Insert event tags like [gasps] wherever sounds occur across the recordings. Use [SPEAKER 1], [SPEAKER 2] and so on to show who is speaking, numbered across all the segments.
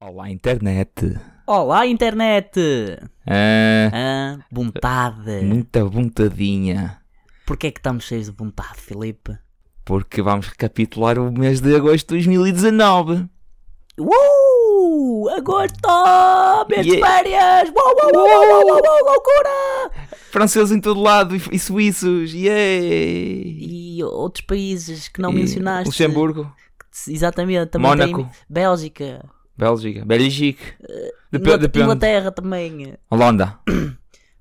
[SPEAKER 1] Olá, internet.
[SPEAKER 2] Olá, internet!
[SPEAKER 1] Ah,
[SPEAKER 2] Ah, vontade.
[SPEAKER 1] muita vontadinha.
[SPEAKER 2] Porquê é que estamos cheios de vontade, Filipe?
[SPEAKER 1] Porque vamos recapitular o mês de agosto de 2019.
[SPEAKER 2] Uh! Agosto! Mês de
[SPEAKER 1] Yeah.
[SPEAKER 2] férias! Uau, uau, uau, uau, uau, uau, loucura!
[SPEAKER 1] Franceses em todo lado e, e suíços. Yay!
[SPEAKER 2] E outros países que não
[SPEAKER 1] E
[SPEAKER 2] mencionaste.
[SPEAKER 1] Luxemburgo,
[SPEAKER 2] Exatamente. Também tem
[SPEAKER 1] Mónaco.
[SPEAKER 2] Bélgica.
[SPEAKER 1] Bélgica, Bélgica.
[SPEAKER 2] Eh,
[SPEAKER 1] Dep-
[SPEAKER 2] Ingl-
[SPEAKER 1] depende.
[SPEAKER 2] Inglaterra também.
[SPEAKER 1] Holanda.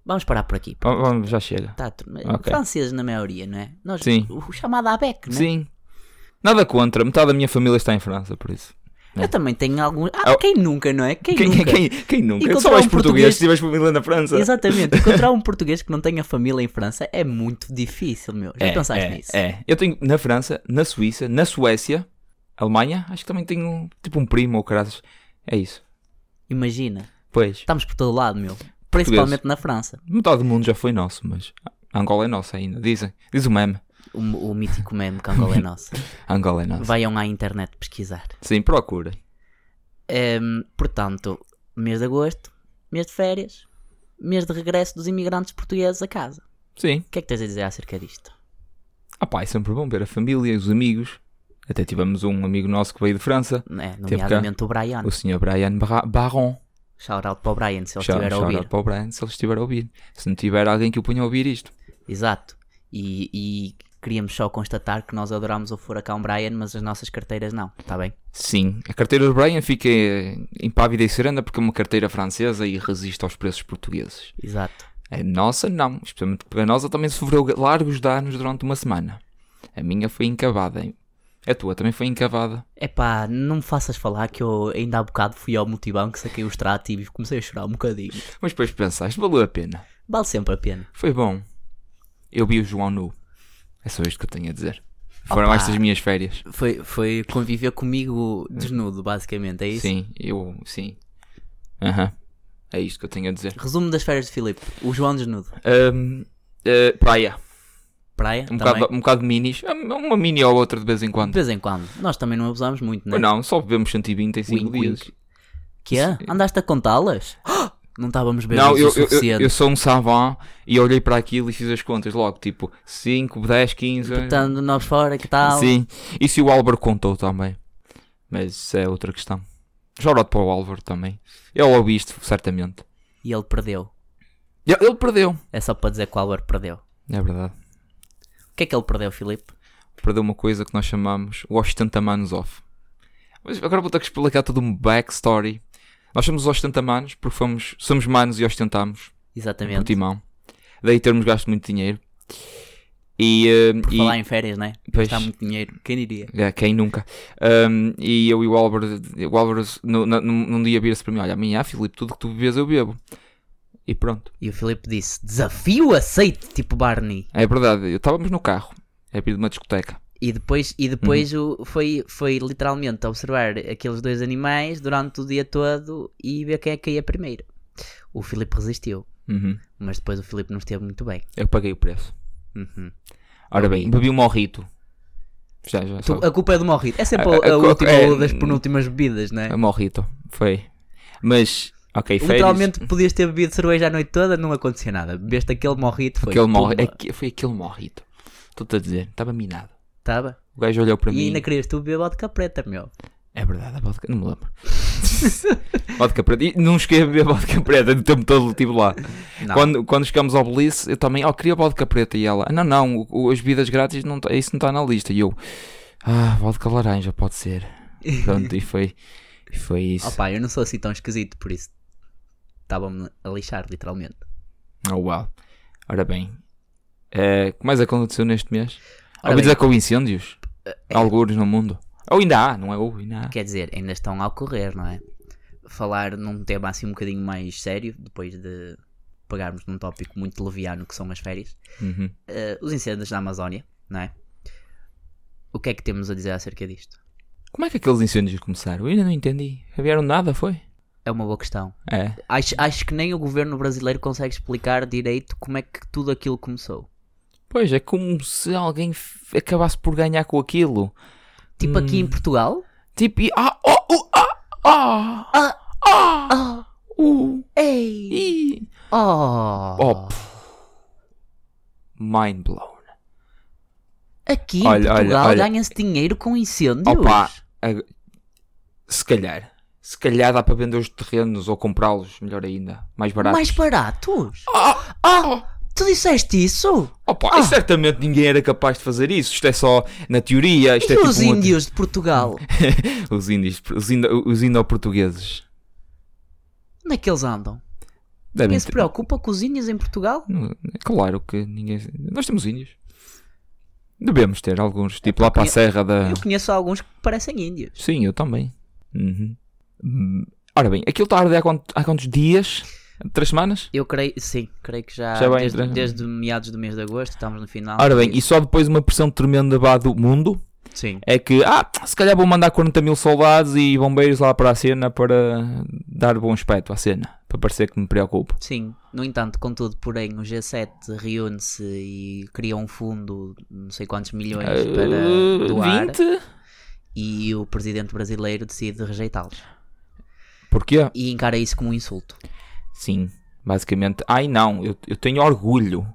[SPEAKER 2] Vamos parar por aqui.
[SPEAKER 1] Vamos- vamos, já chega.
[SPEAKER 2] Tá, tu-
[SPEAKER 1] Ok.
[SPEAKER 2] Franceses na maioria, não é? Nós,
[SPEAKER 1] Sim.
[SPEAKER 2] O chamado ABEC, não é?
[SPEAKER 1] Sim. Nada contra. Metade da minha família está em França, por isso.
[SPEAKER 2] Eu também tenho alguns. Ah,
[SPEAKER 1] Oh.
[SPEAKER 2] quem nunca, não é? Quem, nunca?
[SPEAKER 1] quem, quem nunca?
[SPEAKER 2] E
[SPEAKER 1] Só
[SPEAKER 2] contra
[SPEAKER 1] és português
[SPEAKER 2] um português-
[SPEAKER 1] se tiveres família na França.
[SPEAKER 2] Exatamente. Encontrar um português que não tenha família em França é muito difícil, meu. Já
[SPEAKER 1] É,
[SPEAKER 2] pensaste
[SPEAKER 1] é,
[SPEAKER 2] nisso?
[SPEAKER 1] É. Eu tenho na França, na Suíça, na Suécia, Alemanha, acho que também tenho tipo um primo ou caras. É isso.
[SPEAKER 2] Imagina.
[SPEAKER 1] Pois.
[SPEAKER 2] Estamos por todo lado, meu. Principalmente na França.
[SPEAKER 1] Metade do mundo já foi nosso, mas Angola é nossa ainda. Dizem. Diz o meme.
[SPEAKER 2] O, o mítico meme que Angola é
[SPEAKER 1] [laughs]
[SPEAKER 2] nosso.
[SPEAKER 1] Angola é nossa.
[SPEAKER 2] Vaiam à internet pesquisar.
[SPEAKER 1] Sim, procurem.
[SPEAKER 2] Ehm, portanto, mês de agosto, mês de férias, mês de regresso dos imigrantes portugueses a casa.
[SPEAKER 1] Sim.
[SPEAKER 2] O que é que tens a dizer acerca disto?
[SPEAKER 1] Ah pá, é sempre bom ver a família, os amigos. Até tivemos um amigo nosso que veio de França,
[SPEAKER 2] É,
[SPEAKER 1] cá.
[SPEAKER 2] nomeadamente o Brian.
[SPEAKER 1] o Sr. Brian Barra- Barron.
[SPEAKER 2] Shout out para o Brian, se ele
[SPEAKER 1] Shout-
[SPEAKER 2] estiver a
[SPEAKER 1] shout
[SPEAKER 2] ouvir.
[SPEAKER 1] out para o Brian se ele estiver a ouvir. Se não tiver alguém que o ponha a ouvir isto.
[SPEAKER 2] Exato. E, e queríamos só constatar que nós adorámos o Furacão Brian, mas as nossas carteiras não, está bem?
[SPEAKER 1] Sim, a carteira do Brian fica eh, impávida e serena porque é uma carteira francesa e resiste aos preços portugueses.
[SPEAKER 2] Exato.
[SPEAKER 1] A nossa não, especialmente porque a nossa também sofreu largos danos durante uma semana. A minha foi encavada. hein? A tua também foi encavada.
[SPEAKER 2] Epá, não me faças falar que eu ainda há bocado fui ao multibanco, saquei o extrato e comecei a chorar um bocadinho.
[SPEAKER 1] Mas depois pensaste, valeu a pena.
[SPEAKER 2] Vale sempre a pena.
[SPEAKER 1] Foi bom. Eu vi o João nu. É só isto que eu tenho a dizer. Foram
[SPEAKER 2] Opa.
[SPEAKER 1] estas minhas férias.
[SPEAKER 2] Foi, foi conviver comigo desnudo, basicamente, é isso?
[SPEAKER 1] Sim, eu, sim. Aham. É isto que eu tenho a dizer.
[SPEAKER 2] Resumo das férias de Filipe. O João desnudo.
[SPEAKER 1] Ahm, eh, praia.
[SPEAKER 2] Praia,
[SPEAKER 1] Um
[SPEAKER 2] também.
[SPEAKER 1] bocado, um bocado de minis. Uma mini ou outra de vez em quando.
[SPEAKER 2] De vez em quando. Nós também não abusamos muito,
[SPEAKER 1] Mas
[SPEAKER 2] né?
[SPEAKER 1] não, só bebemos 120 em 5
[SPEAKER 2] Wink,
[SPEAKER 1] dias.
[SPEAKER 2] wink. Que é? Andaste a contá-las? [gasps] Não estávamos bem
[SPEAKER 1] Não, eu,
[SPEAKER 2] o
[SPEAKER 1] eu- eu,
[SPEAKER 2] suficiente.
[SPEAKER 1] eu sou um savant e olhei para aquilo e fiz as contas logo, tipo 5, 10, 15.
[SPEAKER 2] Portanto, nós fora, que tal?
[SPEAKER 1] Sim, e se o Álvaro contou também. Mas isso é outra questão. Jorote para o Álvaro também. Ele ouvi isto, certamente.
[SPEAKER 2] E ele perdeu.
[SPEAKER 1] Ele, ele perdeu.
[SPEAKER 2] É só para dizer que o Álvaro perdeu.
[SPEAKER 1] É verdade.
[SPEAKER 2] O que é que ele perdeu, Filipe?
[SPEAKER 1] Perdeu uma coisa que nós chamamos o Ostentamanos Off. Mas agora vou ter que explicar todo um backstory. Nós somos os Ostentamanos porque fomos, somos manos e ostentamos.
[SPEAKER 2] Exatamente.
[SPEAKER 1] Por timão. Daí termos gasto muito dinheiro. E, eh,
[SPEAKER 2] Por
[SPEAKER 1] e-
[SPEAKER 2] falar em férias, né?
[SPEAKER 1] pois,
[SPEAKER 2] Está muito dinheiro. Quem diria?
[SPEAKER 1] é, quem nunca? Ahm, e eu e o Álvaro, o Álvaro no, no, num num dia vira-se para mim: Olha, minha, Filipe, tudo que tu bebes eu bebo. E pronto.
[SPEAKER 2] E o Filipe disse: Desafio aceite, tipo Barney.
[SPEAKER 1] É verdade, eu- estávamos no carro, é vir de uma discoteca.
[SPEAKER 2] E depois, e depois
[SPEAKER 1] Uhum.
[SPEAKER 2] o, foi, foi literalmente a observar aqueles dois animais durante o dia todo e ver quem é que ia primeiro. O Filipe resistiu,
[SPEAKER 1] Uhum.
[SPEAKER 2] mas depois o Filipe não esteve muito bem.
[SPEAKER 1] Eu paguei o preço.
[SPEAKER 2] Uhum.
[SPEAKER 1] Ora bem, bebi um morrito. Já, já,
[SPEAKER 2] Tu-
[SPEAKER 1] sabe.
[SPEAKER 2] a culpa é do Morrito. É sempre a,
[SPEAKER 1] Então, A- a
[SPEAKER 2] a
[SPEAKER 1] culpa
[SPEAKER 2] última
[SPEAKER 1] é-
[SPEAKER 2] ou das penúltimas bebidas, né?
[SPEAKER 1] A É um morrito, foi. Mas, ok, férias.
[SPEAKER 2] Literalmente podias ter bebido cerveja a noite toda, não acontecia nada. Bebeste aquele Morrito, foi.
[SPEAKER 1] Aquele morri,
[SPEAKER 2] pumba,
[SPEAKER 1] aque- foi aquele morrito. Estou-te a dizer, estava minado.
[SPEAKER 2] Tava?
[SPEAKER 1] O gajo olhou para
[SPEAKER 2] E
[SPEAKER 1] mim.
[SPEAKER 2] ainda querias tu beber vodka preta, meu.
[SPEAKER 1] É verdade, a vodka, não me lembro. [laughs] vodka preta. E não cheguei a beber vodka preta do tempo todo estive lá.
[SPEAKER 2] Não.
[SPEAKER 1] Quando, quando chegamos ao Belice, eu também, oh, queria vodka preta. E ela, "Ah, não, não, o- o- as bebidas grátis, não, tá- isso não está na lista. E eu, ah, vodka laranja, pode ser.
[SPEAKER 2] [laughs]
[SPEAKER 1] Pronto, e foi, e foi isso.
[SPEAKER 2] Opa, eu não sou assim tão esquisito, por isso estava-me a lixar, literalmente.
[SPEAKER 1] Oh, wow. Ora bem, eh, o que mais aconteceu neste mês? Ouvi
[SPEAKER 2] Ora bem. Eh, é.
[SPEAKER 1] dizer que houve incêndios, algures no mundo. Ou ainda há, não é? Ou ainda há.
[SPEAKER 2] Quer dizer, ainda estão a ocorrer, não é? Falar num tema assim um bocadinho mais sério, depois de pegarmos num tópico muito leviano que são as férias.
[SPEAKER 1] Uhum.
[SPEAKER 2] Eh, os incêndios na Amazónia, não é? O que é que temos a dizer acerca disto?
[SPEAKER 1] Como é que aqueles incêndios começaram? Eu ainda não entendi. Vieram nada, foi?
[SPEAKER 2] É uma boa questão.
[SPEAKER 1] É.
[SPEAKER 2] Acho, acho que nem o governo brasileiro consegue explicar direito como é que tudo aquilo começou.
[SPEAKER 1] Pois, é como se alguém f- acabasse por ganhar com aquilo.
[SPEAKER 2] Tipo aqui em Portugal,
[SPEAKER 1] Tipo, e, ah, oh, oh, ah, ah.
[SPEAKER 2] Ah, Oh!
[SPEAKER 1] Oh, pff. mind blown.
[SPEAKER 2] Aqui
[SPEAKER 1] Olha,
[SPEAKER 2] em
[SPEAKER 1] olha,
[SPEAKER 2] Portugal
[SPEAKER 1] olha.
[SPEAKER 2] ganha-se dinheiro com incêndios.
[SPEAKER 1] Opa, ag- se calhar, se calhar dá para vender os terrenos ou comprá-los, melhor ainda, mais baratos.
[SPEAKER 2] Mais baratos?
[SPEAKER 1] Ah, ah,
[SPEAKER 2] Tu disseste isso?
[SPEAKER 1] opa,
[SPEAKER 2] Ah.
[SPEAKER 1] e certamente ninguém era capaz de fazer isso. Isto é só na teoria. Isto
[SPEAKER 2] e
[SPEAKER 1] é tipo
[SPEAKER 2] os
[SPEAKER 1] um outro-
[SPEAKER 2] índios de Portugal?
[SPEAKER 1] os índios, os, indo, os indo-portugueses.
[SPEAKER 2] Onde é que eles andam?
[SPEAKER 1] Devem
[SPEAKER 2] Quem se
[SPEAKER 1] ter-
[SPEAKER 2] preocupa com os índios em Portugal?
[SPEAKER 1] Não, é Claro que ninguém. Nós temos índios. Devemos ter alguns, tipo lá para a
[SPEAKER 2] porque
[SPEAKER 1] Serra da.
[SPEAKER 2] Eu conheço alguns que parecem índios.
[SPEAKER 1] Sim, eu também. Uhum. Hum, Ora bem, aquilo está a arder há quant- há quantos dias? Três semanas?
[SPEAKER 2] Eu creio, sim, creio que já,
[SPEAKER 1] Já vai
[SPEAKER 2] desde,
[SPEAKER 1] entrar.
[SPEAKER 2] desde meados do mês de agosto, estamos no final.
[SPEAKER 1] Ora bem, e só depois de uma pressão tremenda vá do mundo
[SPEAKER 2] Sim.
[SPEAKER 1] é que, ah, se calhar vou mandar 40 mil soldados e bombeiros lá para a cena para dar bom aspecto à cena, para parecer que me preocupo.
[SPEAKER 2] Sim, no entanto, contudo, porém, o G7 reúne-se e cria um fundo, não sei quantos milhões para
[SPEAKER 1] Ah,
[SPEAKER 2] doar
[SPEAKER 1] 20?
[SPEAKER 2] e o presidente brasileiro decide rejeitá-los
[SPEAKER 1] Porquê?
[SPEAKER 2] e encara isso como um insulto.
[SPEAKER 1] Sim, basicamente. Ai não, eu, eu tenho orgulho.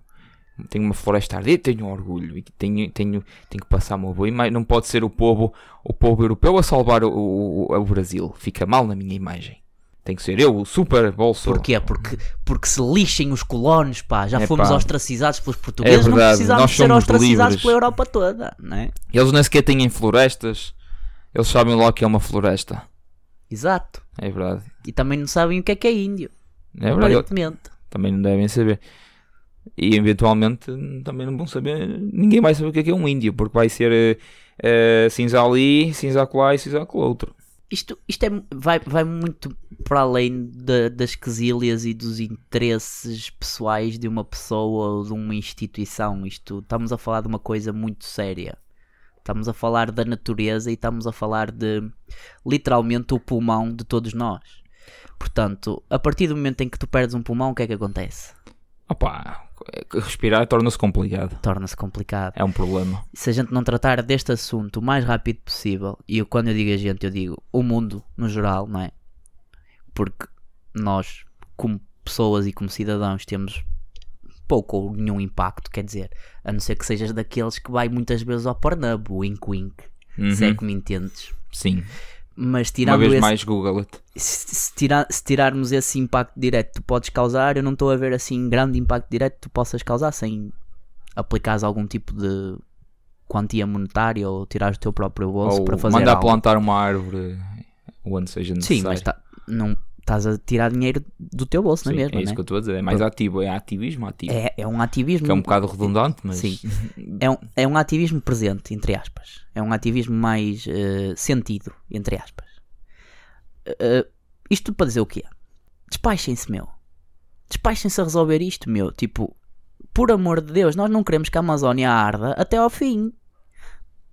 [SPEAKER 1] Tenho uma floresta a arder, tenho orgulho. E tenho, tenho, tenho que passar uma boa imagem. Não pode ser o povo, o povo europeu a salvar o, o, o Brasil. Fica mal na minha imagem. Tem que ser eu, o Super Bolsonaro.
[SPEAKER 2] Porquê? Porque, porque se lixem os colonos, pá, já
[SPEAKER 1] É
[SPEAKER 2] fomos
[SPEAKER 1] pá.
[SPEAKER 2] ostracizados pelos portugueses, não
[SPEAKER 1] É verdade,
[SPEAKER 2] precisamos
[SPEAKER 1] nós
[SPEAKER 2] de ser
[SPEAKER 1] somos
[SPEAKER 2] ostracizados
[SPEAKER 1] livres.
[SPEAKER 2] pela Europa toda, não é?
[SPEAKER 1] Eles nem sequer têm florestas. Eles sabem logo que é uma floresta.
[SPEAKER 2] Exato.
[SPEAKER 1] É verdade.
[SPEAKER 2] E também não sabem o que é que é índio,
[SPEAKER 1] É verdade. Eles
[SPEAKER 2] aparentemente.
[SPEAKER 1] também não devem saber. E eventualmente também não vão saber. Ninguém vai saber o que é, que é um índio, porque vai ser eh, eh, cinza ali, cinza acolá e cinza com outro.
[SPEAKER 2] Isto, isto é, vai, vai muito para além da- das quesilhas e dos interesses pessoais de uma pessoa ou de uma instituição. Isto, estamos a falar de uma coisa muito séria. Estamos a falar da natureza e estamos a falar de literalmente o pulmão de todos nós. Portanto, a partir do momento em que tu perdes um pulmão, o que é que acontece?
[SPEAKER 1] Opa, respirar torna-se complicado.
[SPEAKER 2] Torna-se complicado.
[SPEAKER 1] É um problema.
[SPEAKER 2] se a gente não tratar deste assunto o mais rápido possível, e eu, quando eu digo a gente, eu digo o mundo no geral, não é? Porque nós, como pessoas e como cidadãos, temos pouco ou nenhum impacto, quer dizer, a não ser que sejas daqueles que vai muitas vezes ao Pornhub, wink wink, se é
[SPEAKER 1] Uhum,
[SPEAKER 2] que me entendes.
[SPEAKER 1] Sim.
[SPEAKER 2] Mas
[SPEAKER 1] Uma
[SPEAKER 2] tirando
[SPEAKER 1] vez
[SPEAKER 2] esse,
[SPEAKER 1] mais, Google it.
[SPEAKER 2] se, se tira- se tirarmos esse impacto direto que tu podes causar, eu não estou a ver assim grande impacto direto que tu possas causar sem aplicares algum tipo de quantia monetária ou tirares o teu próprio bolso
[SPEAKER 1] Ou
[SPEAKER 2] para fazer
[SPEAKER 1] mandar
[SPEAKER 2] algo.
[SPEAKER 1] plantar uma árvore onde seja necessário.
[SPEAKER 2] Sim, mas tá- não estás a tirar dinheiro do teu bolso, não
[SPEAKER 1] Sim,
[SPEAKER 2] é mesmo?
[SPEAKER 1] isso
[SPEAKER 2] né?
[SPEAKER 1] que eu estou a dizer. É mais ativo, é ativismo ativo.
[SPEAKER 2] é, é um ativismo.
[SPEAKER 1] Que é um bocado redundante, mas. [laughs]
[SPEAKER 2] Sim. É um, é um ativismo presente, entre aspas. É um ativismo mais eh, sentido, entre aspas. Eh, eh, isto tudo para dizer o quê? Despachem-se, meu. Despachem-se a resolver isto, meu. Tipo, por amor de Deus, nós não queremos que a Amazónia arda até ao fim.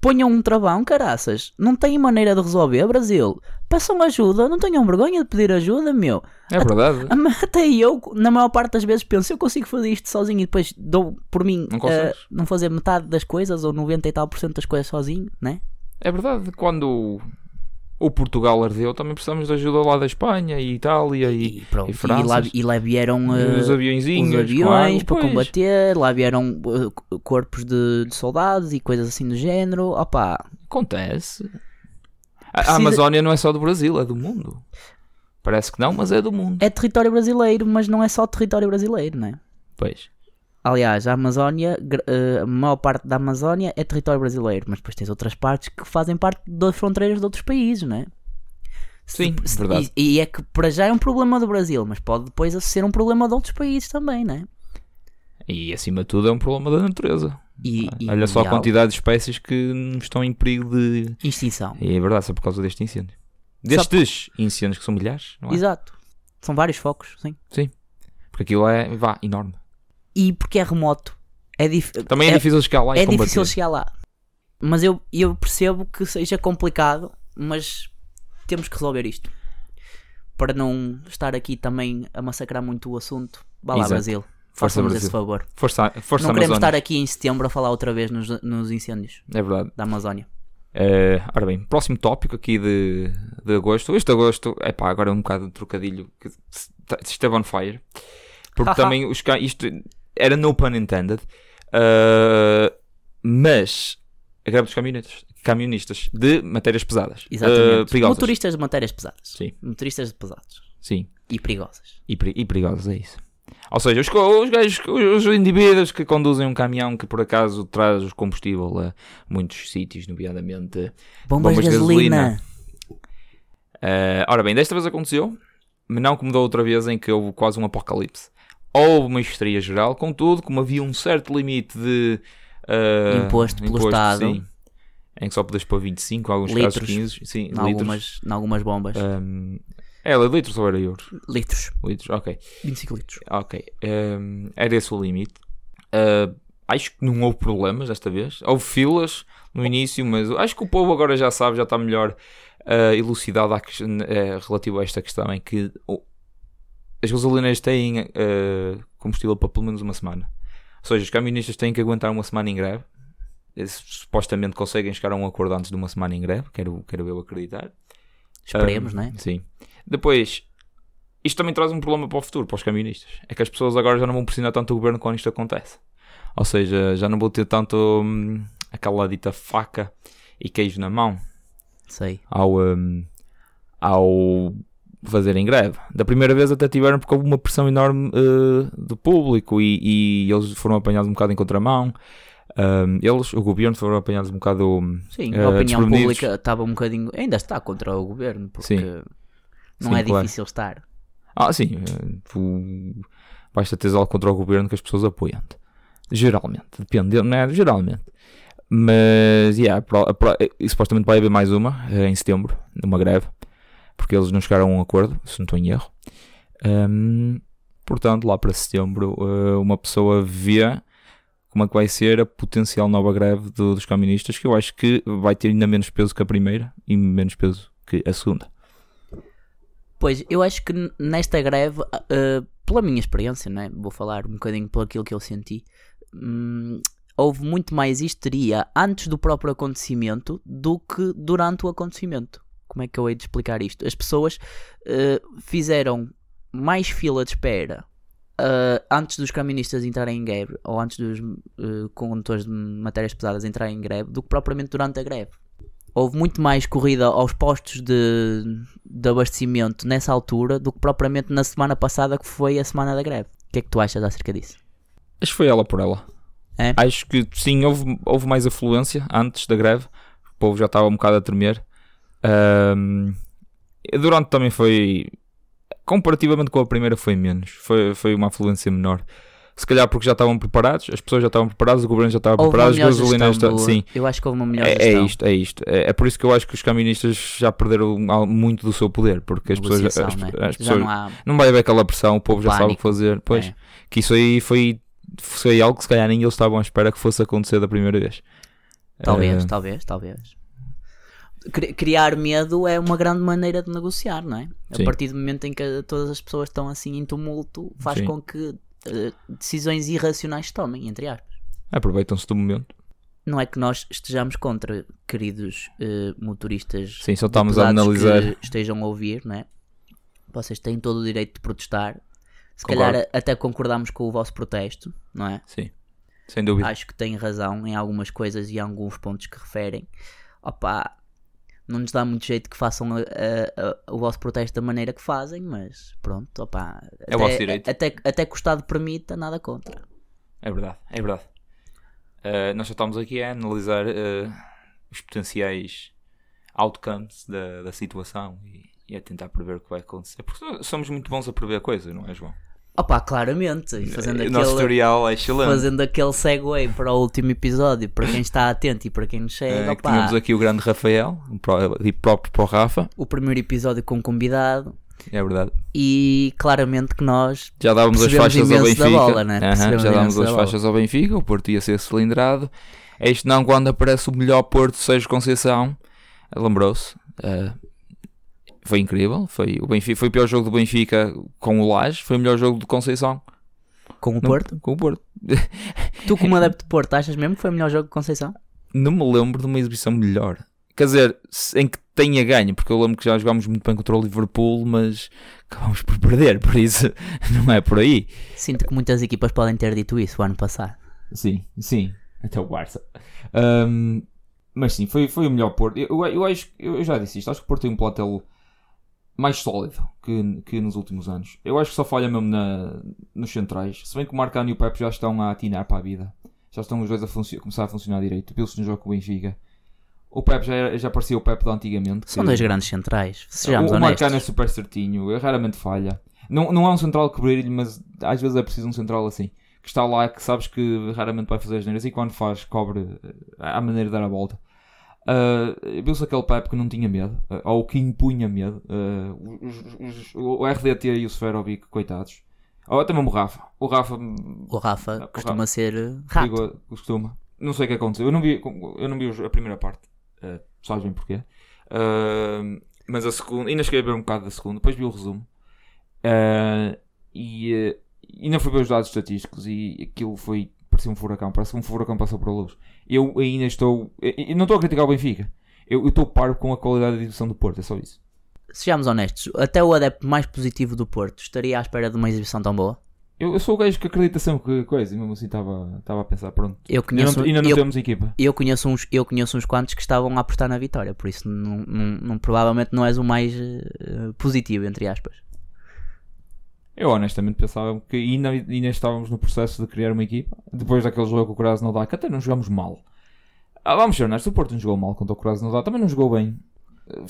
[SPEAKER 2] Ponham um travão, caraças. Não têm maneira de resolver, Brasil. Peçam ajuda, não tenham vergonha de pedir ajuda, meu.
[SPEAKER 1] É
[SPEAKER 2] [laughs]
[SPEAKER 1] verdade.
[SPEAKER 2] Ah, mas Até eu, na maior parte das vezes, penso eu consigo fazer isto sozinho e depois dou por mim
[SPEAKER 1] Não
[SPEAKER 2] ah,
[SPEAKER 1] consegues.
[SPEAKER 2] não fazer metade das coisas ou 90 e tal por cento das coisas sozinho, né?
[SPEAKER 1] É verdade. Quando o Portugal ardeu, também precisamos de ajuda lá da Espanha e Itália e,
[SPEAKER 2] E pronto,
[SPEAKER 1] e
[SPEAKER 2] e,
[SPEAKER 1] França.
[SPEAKER 2] lá, e lá vieram ah,
[SPEAKER 1] os aviõezinhos.
[SPEAKER 2] os
[SPEAKER 1] com
[SPEAKER 2] aviões
[SPEAKER 1] água,
[SPEAKER 2] para
[SPEAKER 1] pois.
[SPEAKER 2] combater, lá vieram ah, co- corpos de, de soldados e coisas assim do género. Opa,
[SPEAKER 1] Acontece. A- A
[SPEAKER 2] Precisa-
[SPEAKER 1] Amazónia não é só do Brasil, é do mundo. Parece que não, mas é do mundo.
[SPEAKER 2] é território brasileiro, mas não é só território brasileiro, né?
[SPEAKER 1] Pois.
[SPEAKER 2] Aliás, a Amazónia, gr- eh, a maior parte da Amazónia é território brasileiro, mas depois tens outras partes que fazem parte das fronteiras de outros países, não é? Se-
[SPEAKER 1] Sim,
[SPEAKER 2] se-
[SPEAKER 1] verdade.
[SPEAKER 2] E, e é que para já é um problema do Brasil, mas pode depois ser um problema de outros países também, não é?
[SPEAKER 1] E acima de tudo é um problema da natureza.
[SPEAKER 2] E, e
[SPEAKER 1] Olha só a
[SPEAKER 2] mundial.
[SPEAKER 1] quantidade de espécies que estão em perigo de.
[SPEAKER 2] Extinção.
[SPEAKER 1] É verdade, só por causa deste incêndio. Destes incêndios que são milhares, não é?
[SPEAKER 2] Exato. São vários focos, sim.
[SPEAKER 1] Porque aquilo é, vá, enorme.
[SPEAKER 2] E porque é remoto. É dif...
[SPEAKER 1] Também é, difícil chegar lá e
[SPEAKER 2] é
[SPEAKER 1] combater.
[SPEAKER 2] difícil chegar lá. Mas eu, eu percebo que seja complicado, mas temos que resolver isto. Para não estar aqui também a massacrar muito o assunto. Vá lá,
[SPEAKER 1] Exato.
[SPEAKER 2] Brasil.
[SPEAKER 1] Força,
[SPEAKER 2] Faça-nos
[SPEAKER 1] Brasil.
[SPEAKER 2] esse favor.
[SPEAKER 1] Força, força
[SPEAKER 2] não queremos
[SPEAKER 1] Amazónia.
[SPEAKER 2] estar aqui em setembro a falar outra vez nos, nos incêndios
[SPEAKER 1] É verdade.
[SPEAKER 2] da Amazónia.
[SPEAKER 1] Eh, ora bem, próximo tópico aqui de, de agosto. Este agosto, é pá, agora é um bocado de trocadilho que se- tá- esteve on fire. Porque
[SPEAKER 2] [laughs] Haha.
[SPEAKER 1] também os ca- isto era no pun intended. Ah, mas a greve dos camionistas, camionistas de matérias pesadas. Ah,
[SPEAKER 2] Exatamente.
[SPEAKER 1] perigosas.
[SPEAKER 2] Motoristas de matérias pesadas.
[SPEAKER 1] Sim.
[SPEAKER 2] Motoristas de pesados.
[SPEAKER 1] Sim.
[SPEAKER 2] E perigosas.
[SPEAKER 1] E, peri- e perigosas, é isso. Ou seja, os, co- os gajos, os indivíduos que conduzem um caminhão que por acaso traz os combustível a muitos sítios, nomeadamente
[SPEAKER 2] Bombas,
[SPEAKER 1] Bombas de
[SPEAKER 2] de gasolina.
[SPEAKER 1] Eh, ora bem, desta vez aconteceu, mas não como da outra vez em que houve quase um apocalipse. Houve uma histeria geral, contudo, como havia um certo limite de. eh,
[SPEAKER 2] Imposto pelo Estado.
[SPEAKER 1] sim, em que só podes pôr 25, em alguns casos
[SPEAKER 2] Litros.
[SPEAKER 1] 15. Sim,
[SPEAKER 2] Em algumas, em algumas bombas.
[SPEAKER 1] Ehm, ela é litros ou era euros?
[SPEAKER 2] Litros.
[SPEAKER 1] Litros, ok.
[SPEAKER 2] 25 litros.
[SPEAKER 1] Ok. Ehm, era esse o limite. Eh, acho que não houve problemas desta vez. Houve filas no início, mas acho que o povo agora já sabe, já está melhor eh, elucidado à ques- eh, relativo a esta questão em que o- as gasolinas têm eh, combustível para pelo menos uma semana. Ou seja, os camionistas têm que aguentar uma semana em greve. Eles supostamente conseguem chegar a um acordo antes de uma semana em greve, quero, quero eu acreditar. Ah.
[SPEAKER 2] Esperemos,
[SPEAKER 1] Ahm,
[SPEAKER 2] não é?
[SPEAKER 1] Sim. Depois, isto também traz um problema para o futuro, para os camionistas. É que as pessoas agora já não vão pressionar tanto o governo quando isto acontece. Ou seja, já não vão ter tanto hum, aquela dita faca e queijo na mão
[SPEAKER 2] Sei.
[SPEAKER 1] ao, hum, ao fazerem greve. Da primeira vez até tiveram porque houve uma pressão enorme eh, do público e, e eles foram apanhados um bocado em contramão. Hum, eles, o governo, foram apanhados um bocado. hum,
[SPEAKER 2] Sim,
[SPEAKER 1] Eh,
[SPEAKER 2] a opinião
[SPEAKER 1] desprevenidos.
[SPEAKER 2] pública estava um bocadinho. Ainda está contra o governo, porque
[SPEAKER 1] Sim.
[SPEAKER 2] não
[SPEAKER 1] Sim,
[SPEAKER 2] é
[SPEAKER 1] claro.
[SPEAKER 2] difícil estar.
[SPEAKER 1] Ah, sim. eh, Tu basta teres algo contra o governo que as pessoas apoiam-te. Geralmente. Depende, não é? Geralmente. Mas, yeah, pro- a pro- e supostamente vai haver mais uma eh, em setembro, numa greve, porque eles não chegaram a um acordo, se não estou em erro. Ahm, portanto, lá para setembro, eh, uma pessoa vê como é que vai ser a potencial nova greve do- dos camionistas, que eu acho que vai ter ainda menos peso que a primeira e menos peso que a segunda.
[SPEAKER 2] Pois, eu acho que n- nesta greve, ah, ah, pela minha experiência, não é? vou falar um bocadinho por aquilo que eu senti, hum, houve muito mais histeria antes do próprio acontecimento do que durante o acontecimento. Como é que eu hei de explicar isto? As pessoas ah, fizeram mais fila de espera ah, antes dos caministas entrarem em greve ou antes dos ah, condutores de matérias pesadas entrarem em greve do que propriamente durante a greve. Houve muito mais corrida aos postos de, de abastecimento nessa altura do que propriamente na semana passada, que foi a semana da greve. O que é que tu achas acerca disso?
[SPEAKER 1] Acho que foi ela por ela.
[SPEAKER 2] É?
[SPEAKER 1] Acho que sim, houve, houve mais afluência antes da greve. O povo já estava um bocado a tremer. Ahm, durante também foi. Comparativamente com a primeira, foi menos. Foi, foi uma afluência menor. Se calhar porque já estavam preparados, as pessoas já estavam preparadas, o governo já estava
[SPEAKER 2] Houve
[SPEAKER 1] preparado,
[SPEAKER 2] uma
[SPEAKER 1] as
[SPEAKER 2] melhor
[SPEAKER 1] gasolinas.
[SPEAKER 2] gestão
[SPEAKER 1] estavam.
[SPEAKER 2] do,
[SPEAKER 1] Sim,
[SPEAKER 2] Eu acho que houve uma melhor
[SPEAKER 1] é, é
[SPEAKER 2] gestão.
[SPEAKER 1] isto, é isto. É, é por isso que eu acho que os caministas já perderam al- muito do seu poder, porque as pessoas.
[SPEAKER 2] Negociação,
[SPEAKER 1] as-
[SPEAKER 2] não é?
[SPEAKER 1] as
[SPEAKER 2] Já
[SPEAKER 1] pessoas-
[SPEAKER 2] não há...
[SPEAKER 1] não vai haver aquela pressão, o povo já sabe o que
[SPEAKER 2] Pânico.
[SPEAKER 1] fazer. Pois,
[SPEAKER 2] É.
[SPEAKER 1] que isso aí foi, foi algo que se calhar nem eles estavam à espera que fosse acontecer da primeira vez.
[SPEAKER 2] Talvez,
[SPEAKER 1] Eh,
[SPEAKER 2] talvez, talvez. Cri- Criar medo é uma grande maneira de negociar, não é?
[SPEAKER 1] Sim.
[SPEAKER 2] A partir do momento em que todas as pessoas estão assim em tumulto, faz
[SPEAKER 1] Sim.
[SPEAKER 2] com que eh, decisões irracionais se tomem, entre aspas.
[SPEAKER 1] Aproveitam-se do momento.
[SPEAKER 2] Não é que nós estejamos contra, queridos eh, motoristas
[SPEAKER 1] Sim, só estamos a
[SPEAKER 2] deputados
[SPEAKER 1] analisar.
[SPEAKER 2] que estejam a ouvir, não é? Vocês têm todo o direito de protestar. Se
[SPEAKER 1] Concordo.
[SPEAKER 2] calhar até concordamos com o vosso protesto, não é?
[SPEAKER 1] Sim, sem dúvida.
[SPEAKER 2] Acho que têm razão em algumas coisas e alguns pontos que referem. Opa, não nos dá muito jeito que façam a- a- a- o vosso protesto da maneira que fazem, mas pronto, opa.
[SPEAKER 1] É o vosso direito.
[SPEAKER 2] Até, até que o Estado permita, nada contra.
[SPEAKER 1] É verdade, é verdade. Eh, nós só estamos aqui a analisar eh, os potenciais outcomes da, da situação e, e a tentar prever o que vai acontecer. Porque so- somos muito bons a prever coisas, não é, João? Eh,
[SPEAKER 2] Opa, claramente. e Fazendo
[SPEAKER 1] o nosso
[SPEAKER 2] aquele,
[SPEAKER 1] tutorial é excelente.
[SPEAKER 2] fazendo aquele segue para o último episódio, para quem está atento e para quem nos
[SPEAKER 1] Eh,
[SPEAKER 2] segue,
[SPEAKER 1] que tínhamos
[SPEAKER 2] opa,
[SPEAKER 1] aqui o grande Rafael, um pró- e próprio para o Rafa,
[SPEAKER 2] o primeiro episódio com um convidado.
[SPEAKER 1] é verdade.
[SPEAKER 2] E claramente que nós
[SPEAKER 1] Já dávamos as
[SPEAKER 2] Percebemos
[SPEAKER 1] faixas ao
[SPEAKER 2] imenso da
[SPEAKER 1] Benfica.
[SPEAKER 2] bola, né?
[SPEAKER 1] Aham,
[SPEAKER 2] Percebemos
[SPEAKER 1] já dávamos
[SPEAKER 2] imenso da
[SPEAKER 1] as
[SPEAKER 2] bola.
[SPEAKER 1] faixas ao Benfica, o Porto ia ser cilindrado. É isto não quando aparece o melhor Porto Sérgio Conceição. Lembrou-se. ah, foi incrível. Foi o, Benfica, foi o pior jogo do Benfica com o Laje. Foi o melhor jogo do Conceição.
[SPEAKER 2] com o
[SPEAKER 1] Não-
[SPEAKER 2] Porto.
[SPEAKER 1] Com o Porto. [laughs]
[SPEAKER 2] Tu, como adepto de Porto, achas mesmo que foi o melhor jogo de Conceição?
[SPEAKER 1] Não me lembro de uma exibição melhor. quer dizer, se- em que tenha ganho, porque eu lembro que já jogámos muito bem contra o Liverpool, mas acabámos por perder, por isso [laughs] não é por aí.
[SPEAKER 2] Sinto que muitas equipas podem ter dito isso o ano passado.
[SPEAKER 1] Sim, sim, até o Barça. Ahm, mas sim, foi, foi o melhor Porto. Eu, eu acho, eu já disse isto, acho que o Porto tem um plantel mais sólido que, que nos últimos anos. Eu acho que só falha mesmo na, nos centrais. Se bem que o Marcano e o Pepe já estão a atinar para a vida. Já estão os dois a funcio- começar a funcionar direito. O Pilsen joga com o Benfica. O Pepe já, era- já parecia o Pepe de antigamente. que-
[SPEAKER 2] São dois grandes centrais, sejamos
[SPEAKER 1] o, o
[SPEAKER 2] honestos.
[SPEAKER 1] Marcano é super certinho, ele raramente falha. Não, não é um central que brilhe, mas às vezes é preciso um central assim. Que está lá, que sabes que raramente vai fazer as neiras e quando faz, cobre eh, à maneira de dar a volta. Ah, Viu-se aquele Pepe que não tinha medo, ah, ou que impunha medo. Ah, os- os- os- o RDT e o Seferovic, coitados. Ou até mesmo o Rafa. O Rafa hum,
[SPEAKER 2] O Rafa
[SPEAKER 1] o
[SPEAKER 2] costuma
[SPEAKER 1] Rafa. é
[SPEAKER 2] ser eh, rato.
[SPEAKER 1] Digo, costuma. Não sei o que aconteceu. Eu não vi, eu não vi os- a primeira parte. Eh, sabes bem porquê. Eh, mas a segunda. Ainda cheguei a ver um bocado da segunda. Depois vi o resumo. Eh, e eh, ainda fui ver os dados estatísticos. E aquilo foi. Parecia um furacão. Parece que um furacão passou por luz. Eu ainda estou. Eu, eu não estou a criticar o Benfica. Eu eu estou paro com a qualidade de edição do Porto. É só isso.
[SPEAKER 2] Sejamos honestos, até o adepto mais positivo do Porto estaria à espera de uma exibição tão boa.
[SPEAKER 1] Eu, eu sou o gajo que acredita sempre que coisa. E mesmo assim estava estava a pensar. Pronto.
[SPEAKER 2] Eu
[SPEAKER 1] Ainda
[SPEAKER 2] conheço,
[SPEAKER 1] não, ainda não
[SPEAKER 2] eu,
[SPEAKER 1] temos equipa.
[SPEAKER 2] eu conheço uns, eu conheço uns quantos que estavam a apostar na vitória, por isso não, não- não- provavelmente não és o mais eh, positivo, entre aspas.
[SPEAKER 1] Então, Eu honestamente pensava que ainda, ainda estávamos no processo de criar uma equipa. Depois daquele jogo com o Krasnodar, que até não jogámos mal. Ah, vamos ser honestos, o Porto não jogou mal contra o Krasnodar, também não jogou bem. Eh,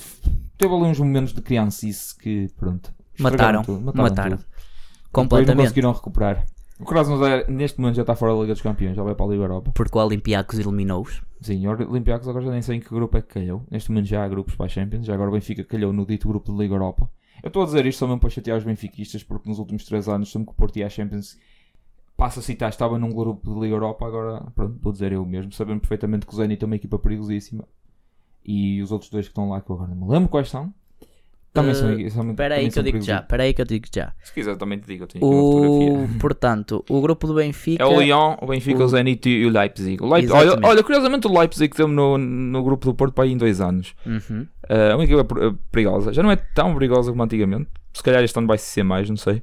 [SPEAKER 1] Teve ali uns momentos de criancice que, pronto... estragaram
[SPEAKER 2] Mataram,
[SPEAKER 1] tudo,
[SPEAKER 2] mataram.
[SPEAKER 1] tudo. Depois não
[SPEAKER 2] Completamente.
[SPEAKER 1] conseguiram recuperar. O Krasnodar, neste momento, já está fora da Liga dos Campeões, já vai para a Liga Europa.
[SPEAKER 2] Porque o Olympiacos eliminou-os.
[SPEAKER 1] Sim, o Olympiacos agora já nem sei em que grupo é que calhou. Neste momento já há grupos para a Champions. Já agora o Benfica calhou no dito grupo de Liga Europa. Eu estou a dizer isto só mesmo para chatear os benfiquistas, porque nos últimos 3 anos, sempre que o Porto ia à Champions, passa a citar, estava num grupo de Liga Europa. Agora, pronto, vou dizer eu mesmo, sabendo perfeitamente que o Zenit é uma equipa perigosíssima. E os outros dois que estão lá, que eu agora não me lembro quais são, também
[SPEAKER 2] Eh,
[SPEAKER 1] são. são
[SPEAKER 2] Espera aí
[SPEAKER 1] também
[SPEAKER 2] que eu
[SPEAKER 1] são
[SPEAKER 2] digo
[SPEAKER 1] perigosíssimos.
[SPEAKER 2] já, espera aí que eu digo já.
[SPEAKER 1] Se quiser, também te digo, eu tenho aqui uma fotografia. [laughs]
[SPEAKER 2] O, portanto, o grupo do Benfica...
[SPEAKER 1] É o Lyon, o Benfica, o, Zenit e o Leipzig. O Leip- olha,
[SPEAKER 2] Exatamente.
[SPEAKER 1] olha, curiosamente o Leipzig temos no, no grupo do Porto para aí em dois anos.
[SPEAKER 2] Uhum.
[SPEAKER 1] Eh, É uma equipa per- eh, perigosa. Já não é tão perigosa como antigamente. Se calhar este ano vai ser mais, não sei.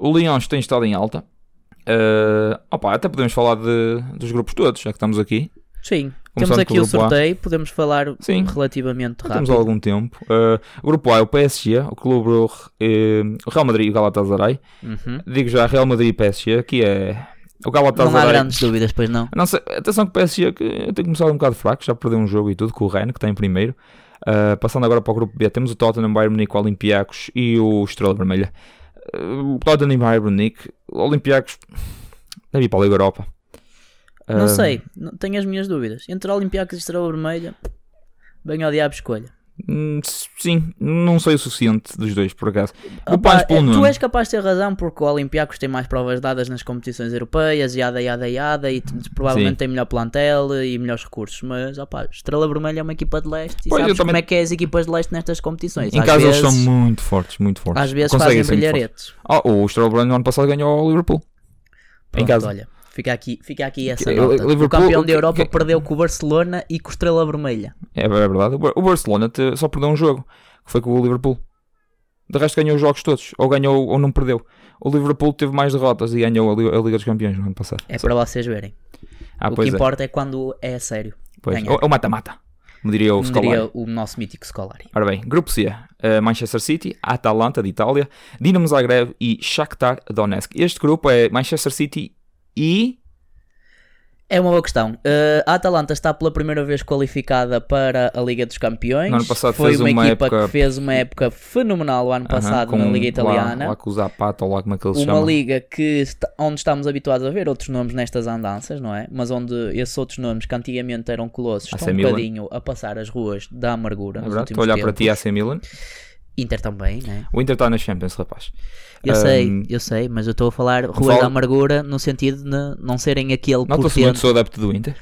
[SPEAKER 1] O Lyon tem estado em alta. Eh, opa, até podemos falar de- dos grupos todos, já que estamos aqui.
[SPEAKER 2] Sim, temos
[SPEAKER 1] Começando com
[SPEAKER 2] aqui
[SPEAKER 1] o
[SPEAKER 2] o
[SPEAKER 1] grupo A.
[SPEAKER 2] sorteio, podemos falar
[SPEAKER 1] Sim.
[SPEAKER 2] relativamente
[SPEAKER 1] Já temos
[SPEAKER 2] rápido.
[SPEAKER 1] algum tempo. Eh, o grupo A é o PSG, o Clube Brugge, eh, o Real Madrid e o Galatasaray.
[SPEAKER 2] Uhum.
[SPEAKER 1] Digo já Real Madrid e PSG, que é o
[SPEAKER 2] Não há
[SPEAKER 1] Galatasaray.
[SPEAKER 2] grandes dúvidas, pois não.
[SPEAKER 1] Não sei, atenção que o PSG que tem começado um bocado fraco, já perdeu um jogo e tudo com o Rennes, que está em primeiro. Uh, passando agora para o grupo B, temos o Tottenham, Bayern Munique, o Olympiacos e o Estrela Vermelha. Uh, o Tottenham e Bayern Munique, o Olympiacos deve ir para a Liga Europa.
[SPEAKER 2] Não
[SPEAKER 1] Uh,
[SPEAKER 2] sei, não- tenho as minhas dúvidas. Entre Olympiacos e Estrela Vermelha, bem ao diabo escolha.
[SPEAKER 1] hum, Sim, não sei o suficiente dos dois, por acaso. Vou
[SPEAKER 2] Opa,
[SPEAKER 1] para pelo
[SPEAKER 2] eh, tu
[SPEAKER 1] Nuno.
[SPEAKER 2] és capaz de ter razão porque o Olympiacos tem mais provas dadas nas competições europeias, yada, yada, yada, e t- provavelmente
[SPEAKER 1] Sim.
[SPEAKER 2] tem melhor plantel e melhores recursos. Mas, opá, Estrela Vermelha é uma equipa de leste e
[SPEAKER 1] Pois, eu
[SPEAKER 2] sabes
[SPEAKER 1] também-
[SPEAKER 2] como é que é as equipas de leste nestas competições.
[SPEAKER 1] Em
[SPEAKER 2] às
[SPEAKER 1] casa
[SPEAKER 2] vezes,
[SPEAKER 1] eles são muito fortes, muito fortes.
[SPEAKER 2] às vezes
[SPEAKER 1] Conseguem
[SPEAKER 2] fazem
[SPEAKER 1] ser muito fortes.
[SPEAKER 2] brilharetes.
[SPEAKER 1] Ah, o Estrela Vermelha no ano passado ganhou ao Liverpool. Em
[SPEAKER 2] Pronto,
[SPEAKER 1] casa.
[SPEAKER 2] olha, fica aqui, fica aqui essa
[SPEAKER 1] Que-
[SPEAKER 2] nota.
[SPEAKER 1] Liverpool-
[SPEAKER 2] o campeão da
[SPEAKER 1] que-
[SPEAKER 2] Europa
[SPEAKER 1] que-
[SPEAKER 2] perdeu com o Barcelona e com o Estrela Vermelha.
[SPEAKER 1] É, é verdade. O Bar- O Barcelona te- só perdeu um jogo, que foi com o Liverpool. De resto ganhou os jogos todos, ou ganhou ou não perdeu. O Liverpool teve mais derrotas e ganhou a Li- a Liga dos Campeões no ano passado.
[SPEAKER 2] É para vocês verem.
[SPEAKER 1] Ah,
[SPEAKER 2] o que
[SPEAKER 1] pois é.
[SPEAKER 2] importa é. quando é a sério.
[SPEAKER 1] Pois.
[SPEAKER 2] ganhar.
[SPEAKER 1] Ou- É o mata-mata, me diria o
[SPEAKER 2] Como
[SPEAKER 1] Scolari.
[SPEAKER 2] diria o nosso mítico Scolari.
[SPEAKER 1] Ora bem, Grupo C, eh, Manchester City, Atalanta de Itália, Dinamo Zagreb e Shakhtar Donetsk. Este grupo é Manchester City e...
[SPEAKER 2] É uma boa questão. Uh, a Atalanta está pela primeira vez qualificada para a Liga dos Campeões.
[SPEAKER 1] No ano passado
[SPEAKER 2] Foi
[SPEAKER 1] fez
[SPEAKER 2] uma,
[SPEAKER 1] uma
[SPEAKER 2] equipa
[SPEAKER 1] época-
[SPEAKER 2] que fez uma época fenomenal o ano passado
[SPEAKER 1] Aham,
[SPEAKER 2] na
[SPEAKER 1] com- um
[SPEAKER 2] Liga
[SPEAKER 1] lá-
[SPEAKER 2] Italiana.
[SPEAKER 1] Lá, com o Zapata, ou lá como é que ele se
[SPEAKER 2] uma
[SPEAKER 1] chama.
[SPEAKER 2] liga que esta- onde estamos habituados a ver outros nomes nestas andanças, não é? Mas onde esses outros nomes que antigamente eram colossos
[SPEAKER 1] AC
[SPEAKER 2] estão um
[SPEAKER 1] Milan.
[SPEAKER 2] bocadinho a passar as ruas da amargura.
[SPEAKER 1] É
[SPEAKER 2] nos
[SPEAKER 1] verdade,
[SPEAKER 2] últimos
[SPEAKER 1] estou a olhar
[SPEAKER 2] tempos.
[SPEAKER 1] para ti, AC Milan.
[SPEAKER 2] Inter também, né?
[SPEAKER 1] O Inter está na Champions, rapaz.
[SPEAKER 2] Eu
[SPEAKER 1] Ahm,
[SPEAKER 2] sei, eu sei, mas eu estou a falar ruas
[SPEAKER 1] falo-
[SPEAKER 2] da amargura no sentido de não serem aquele
[SPEAKER 1] Nota-se muito que
[SPEAKER 2] portento.
[SPEAKER 1] sou adepto do Inter.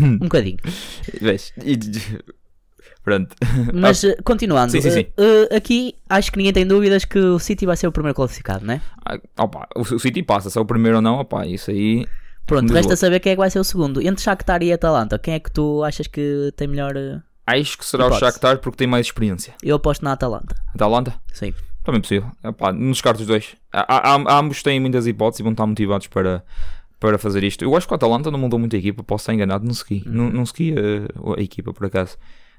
[SPEAKER 2] Um bocadinho.
[SPEAKER 1] Vês? E- Pronto.
[SPEAKER 2] Mas eh, continuando,
[SPEAKER 1] Sim, sim, sim.
[SPEAKER 2] eh, eh, aqui acho que ninguém tem dúvidas que o City vai ser o primeiro qualificado, né?
[SPEAKER 1] Ah, opa, o o City passa, se é o primeiro ou não, opa, isso aí.
[SPEAKER 2] Pronto,
[SPEAKER 1] Mas
[SPEAKER 2] resta
[SPEAKER 1] vou-
[SPEAKER 2] saber quem é que vai ser o segundo. Entre Shakhtar e Atalanta, quem é que tu achas que tem melhor eh,
[SPEAKER 1] Acho que será o
[SPEAKER 2] Hipótese.
[SPEAKER 1] Shakhtar porque tem mais experiência.
[SPEAKER 2] Eu aposto na Atalanta.
[SPEAKER 1] Da Holanda?
[SPEAKER 2] Sim.
[SPEAKER 1] Também possível. Epá, nos cartos dois. A- a- a- ambos têm muitas hipóteses e vão estar motivados para, para fazer isto. Eu acho que o Atalanta não mudou muito a equipa, posso estar enganado, não segui. Não, não segui a, a equipa, por acaso.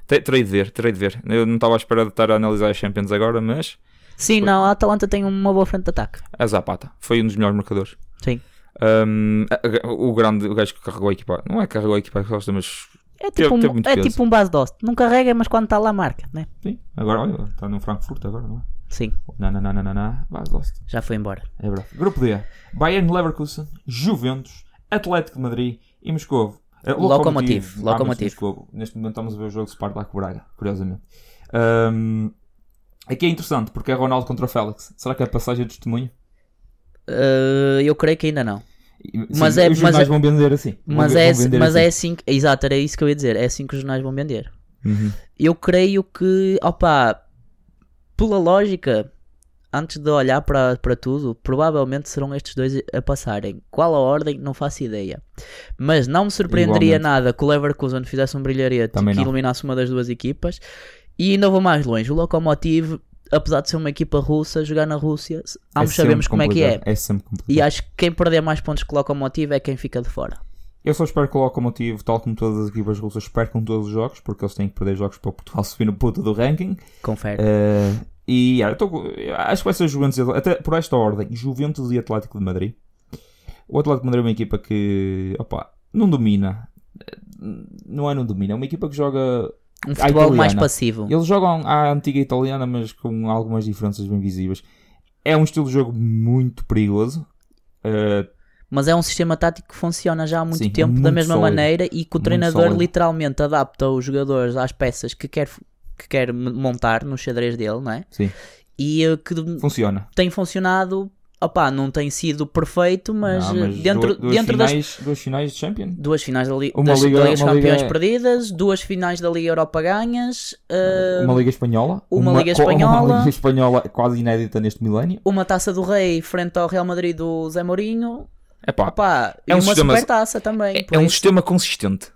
[SPEAKER 1] Te- Terei de ver, terei de ver. Eu não estava à espera de estar a analisar as Champions agora, mas
[SPEAKER 2] Sim, não, a Atalanta tem uma boa frente de ataque.
[SPEAKER 1] a Zapata foi um dos melhores marcadores.
[SPEAKER 2] Sim.
[SPEAKER 1] Ahm, a- a- o grande, o gajo que carregou a equipa, não é que carregou a equipa, Costa, mas
[SPEAKER 2] É tipo,
[SPEAKER 1] Teve- teve
[SPEAKER 2] um,
[SPEAKER 1] muito
[SPEAKER 2] é
[SPEAKER 1] peso.
[SPEAKER 2] tipo um base doce. Não carrega, mas quando está lá marca, né?
[SPEAKER 1] sim, agora olha, está no Frankfurt agora, não é?
[SPEAKER 2] Sim,
[SPEAKER 1] Não, não, não, não, não, não. Vai, Lost.
[SPEAKER 2] já foi embora.
[SPEAKER 1] É verdade. Grupo D. Bayern Leverkusen, Juventus, Atlético de Madrid e Moscovo. Eh,
[SPEAKER 2] Lokomotiv,
[SPEAKER 1] Lokomotiv.
[SPEAKER 2] Lokomotiv.
[SPEAKER 1] Ah, mas Moscovo. Neste momento estamos a ver o jogo de Spartak Braga, curiosamente. Ahm, aqui é interessante porque é Ronaldo contra o Félix. Será que é passagem de testemunho?
[SPEAKER 2] Eh, eu creio que ainda não.
[SPEAKER 1] E- sim,
[SPEAKER 2] Mas é-
[SPEAKER 1] os
[SPEAKER 2] mas
[SPEAKER 1] jornais
[SPEAKER 2] é-
[SPEAKER 1] vão vender assim. Vão
[SPEAKER 2] Mas,
[SPEAKER 1] ver-
[SPEAKER 2] é,
[SPEAKER 1] vão vender
[SPEAKER 2] mas
[SPEAKER 1] assim.
[SPEAKER 2] é assim que. Exato, era isso que eu ia dizer. É assim que os jornais vão vender.
[SPEAKER 1] Uhum.
[SPEAKER 2] Eu creio que, opa, pela lógica, antes de olhar para, para tudo, provavelmente serão estes dois a passarem. Qual a ordem, não faço ideia. Mas não me surpreenderia
[SPEAKER 1] Igualmente.
[SPEAKER 2] nada que o Leverkusen fizesse um brilharete
[SPEAKER 1] Também
[SPEAKER 2] que
[SPEAKER 1] não.
[SPEAKER 2] iluminasse uma das duas equipas. E ainda vou mais longe. O Lokomotiv, apesar de ser uma equipa russa, jogar na Rússia, ambos
[SPEAKER 1] É
[SPEAKER 2] sabemos
[SPEAKER 1] sempre
[SPEAKER 2] como é que é.
[SPEAKER 1] complicado. É sempre complicado.
[SPEAKER 2] E acho que quem perder mais pontos que o Lokomotiv é quem fica de fora.
[SPEAKER 1] Eu só espero que o Lokomotiv, tal como todas as equipas russas, percam todos os jogos, porque eles têm que perder jogos para Portugal [laughs] subir no puto do ranking.
[SPEAKER 2] Confere.
[SPEAKER 1] Eh, e yeah, eu tô com- eu acho que vai ser Juventus, e Atl- até por esta ordem, Juventus e Atlético de Madrid. O Atlético de Madrid é uma equipa que opa, não domina. Eh, Não é não domina, é uma equipa que joga.
[SPEAKER 2] Um futebol mais
[SPEAKER 1] italiana.
[SPEAKER 2] passivo.
[SPEAKER 1] Eles jogam à antiga italiana, mas com algumas diferenças bem visíveis. É um estilo de jogo muito perigoso. Eh,
[SPEAKER 2] Mas é um sistema tático que funciona já há muito
[SPEAKER 1] Sim,
[SPEAKER 2] tempo
[SPEAKER 1] muito
[SPEAKER 2] da mesma
[SPEAKER 1] sólido.
[SPEAKER 2] maneira e que o
[SPEAKER 1] Muito
[SPEAKER 2] treinador
[SPEAKER 1] sólido.
[SPEAKER 2] literalmente adapta os jogadores às peças que quer, que quer m- montar no xadrez dele, não é?
[SPEAKER 1] sim,
[SPEAKER 2] E eh, que
[SPEAKER 1] funciona.
[SPEAKER 2] tem funcionado, opá, não tem sido perfeito, mas,
[SPEAKER 1] Não,
[SPEAKER 2] eh, dentro,
[SPEAKER 1] duas, duas
[SPEAKER 2] dentro das
[SPEAKER 1] finais, duas finais de Champions.
[SPEAKER 2] duas finais da, li
[SPEAKER 1] Uma
[SPEAKER 2] das,
[SPEAKER 1] liga-
[SPEAKER 2] da Liga dos
[SPEAKER 1] uma liga- é.
[SPEAKER 2] Campeões perdidas, duas finais da Liga Europa ganhas, eh,
[SPEAKER 1] Uma Liga Espanhola.
[SPEAKER 2] uma Liga
[SPEAKER 1] co-
[SPEAKER 2] Espanhola.
[SPEAKER 1] Uma [laughs] Liga Espanhola quase inédita neste milénio.
[SPEAKER 2] uma taça do Rei frente ao Real Madrid do Zé Mourinho,
[SPEAKER 1] Epá,
[SPEAKER 2] opá,
[SPEAKER 1] É um
[SPEAKER 2] e uma
[SPEAKER 1] sistema-
[SPEAKER 2] super taça também.
[SPEAKER 1] é,
[SPEAKER 2] por
[SPEAKER 1] é um
[SPEAKER 2] isso.
[SPEAKER 1] sistema consistente.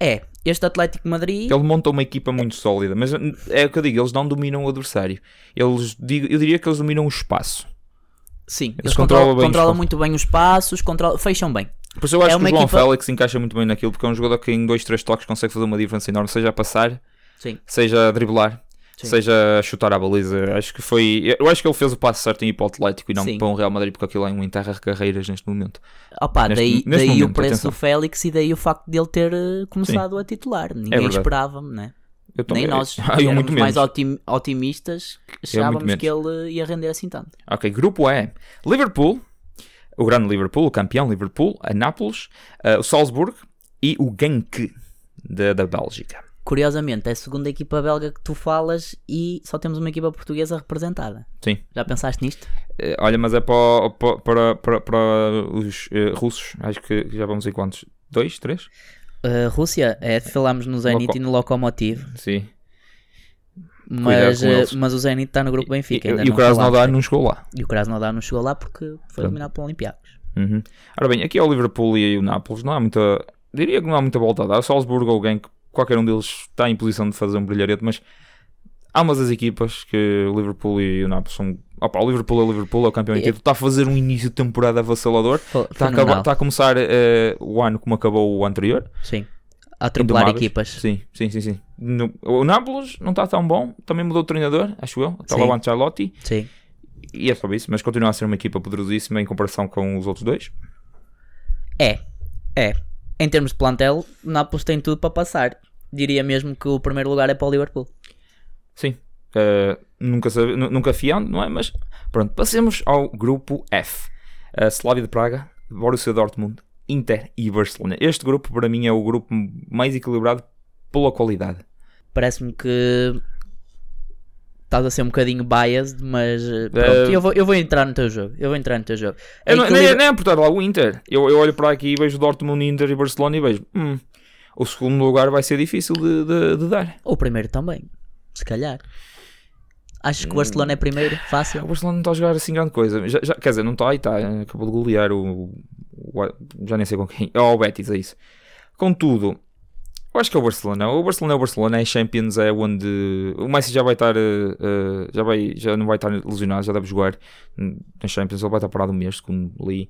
[SPEAKER 2] É, este Atlético de Madrid.
[SPEAKER 1] Ele monta uma equipa muito sólida, mas é o que eu digo, eles não dominam o adversário. Eles, digo- eu diria que eles dominam o espaço.
[SPEAKER 2] Sim, eles
[SPEAKER 1] Eles
[SPEAKER 2] controlam,
[SPEAKER 1] controlam bem os
[SPEAKER 2] controlam
[SPEAKER 1] passos.
[SPEAKER 2] muito bem os passos, controlam, fecham bem.
[SPEAKER 1] Por isso eu acho
[SPEAKER 2] É
[SPEAKER 1] que
[SPEAKER 2] uma
[SPEAKER 1] o João
[SPEAKER 2] equipa-
[SPEAKER 1] Félix encaixa muito bem naquilo, porque é um jogador que em dois, três toques consegue fazer uma diferença enorme, seja a passar,
[SPEAKER 2] Sim.
[SPEAKER 1] seja a driblar,
[SPEAKER 2] Sim.
[SPEAKER 1] seja a chutar à baliza. Acho que foi. Eu acho que ele fez o passo certo em ir para o Atlético e não
[SPEAKER 2] Sim.
[SPEAKER 1] para um Real Madrid, porque aquilo é um enterra de carreiras neste momento.
[SPEAKER 2] Opa,
[SPEAKER 1] Neste-
[SPEAKER 2] daí,
[SPEAKER 1] neste
[SPEAKER 2] daí o
[SPEAKER 1] momento,
[SPEAKER 2] preço
[SPEAKER 1] atenção.
[SPEAKER 2] do Félix e daí o facto dele ter eh, começado a titular. Ninguém
[SPEAKER 1] É verdade.
[SPEAKER 2] esperava-me, né?
[SPEAKER 1] Eu
[SPEAKER 2] Nem
[SPEAKER 1] também- [laughs]
[SPEAKER 2] nós
[SPEAKER 1] Ah,
[SPEAKER 2] que
[SPEAKER 1] eu
[SPEAKER 2] éramos
[SPEAKER 1] muito
[SPEAKER 2] mais
[SPEAKER 1] menos.
[SPEAKER 2] otim- otimistas que achávamos
[SPEAKER 1] menos.
[SPEAKER 2] que ele eh, ia render assim tanto.
[SPEAKER 1] Ok, grupo E. Liverpool, o grande Liverpool, o campeão Liverpool, a Nápoles, eh, o Salzburg e o Genk da, da Bélgica.
[SPEAKER 2] Curiosamente, é a segunda equipa belga que tu falas e só temos uma equipa portuguesa representada.
[SPEAKER 1] Sim.
[SPEAKER 2] Já pensaste nisto?
[SPEAKER 1] Eh, olha, mas é para, para, para, para, para os eh, russos. Acho que já vamos ver quantos. Dois, três?
[SPEAKER 2] Eh, Rússia, é, falámos no Zenit
[SPEAKER 1] Loco-
[SPEAKER 2] e no Lokomotiv,
[SPEAKER 1] Sim.
[SPEAKER 2] mas,
[SPEAKER 1] com
[SPEAKER 2] eh,
[SPEAKER 1] eles.
[SPEAKER 2] mas o Zenit está no grupo Benfica.
[SPEAKER 1] e
[SPEAKER 2] ainda
[SPEAKER 1] e o
[SPEAKER 2] não
[SPEAKER 1] Krasnodar
[SPEAKER 2] falámos, né?
[SPEAKER 1] não chegou lá.
[SPEAKER 2] E o Krasnodar não chegou lá porque foi
[SPEAKER 1] Pronto.
[SPEAKER 2] eliminado pelo Olympiacos.
[SPEAKER 1] Uhum. Ora bem, aqui é o Liverpool e o Nápoles. Não há muita. Diria que não há muita volta a dar. O Salzburgo ou alguém que qualquer um deles está em posição de fazer um brilharete, mas há umas das equipas que o Liverpool e o Nápoles são. Opa, o Liverpool é o Liverpool, é o campeão em
[SPEAKER 2] É. Tá
[SPEAKER 1] título. Está a fazer um início de temporada avassalador.
[SPEAKER 2] Fo-
[SPEAKER 1] Está a,
[SPEAKER 2] fenomenal.
[SPEAKER 1] acabar- está a começar eh, o ano como acabou o anterior.
[SPEAKER 2] Sim. A atropelar
[SPEAKER 1] Indomáveis.
[SPEAKER 2] equipas.
[SPEAKER 1] Sim, sim, sim. sim. No- o Nápoles não está tão bom. Também mudou de treinador, acho eu. Está lá
[SPEAKER 2] Sim.
[SPEAKER 1] o Ancelotti.
[SPEAKER 2] Sim.
[SPEAKER 1] E é só isso, mas continua a ser uma equipa poderosíssima em comparação com os outros dois.
[SPEAKER 2] É. É. Em termos de plantel, o Nápoles tem tudo para passar. Diria mesmo que o primeiro lugar é para o Liverpool.
[SPEAKER 1] Sim. Uh, nunca, sabe, nu- nunca fiando, não é? Mas pronto, passemos ao grupo F. Uh, Slavia de Praga, Borussia Dortmund, Inter e Barcelona. Este grupo para mim é o grupo mais equilibrado pela qualidade.
[SPEAKER 2] Parece-me que estás a ser um bocadinho biased, mas eh, pronto,
[SPEAKER 1] Eh,
[SPEAKER 2] eu, vou, eu vou entrar no teu jogo. Eu vou entrar no teu jogo.
[SPEAKER 1] Eu não,
[SPEAKER 2] Equilibra-
[SPEAKER 1] nem, nem é portanto lá o Inter. Eu, eu olho para aqui e vejo Dortmund, Inter e Barcelona e vejo. Hum, o segundo lugar vai ser difícil de, de- de dar.
[SPEAKER 2] O primeiro também, se calhar. Achas que o Barcelona é primeiro?
[SPEAKER 1] O
[SPEAKER 2] Fácil?
[SPEAKER 1] Barcelona não está a jogar assim grande coisa. Já, já- quer dizer, não está e está. Acabou de golear o, o- Já nem sei com quem. É o Betis, é isso. Contudo, Eu acho que é o Barcelona. O Barcelona é o Barcelona, é Champions, é onde o Messi já vai estar, eh, eh, já, vai, já não vai estar lesionado, já deve jogar na Champions, ele vai estar parado um mês, segundo li.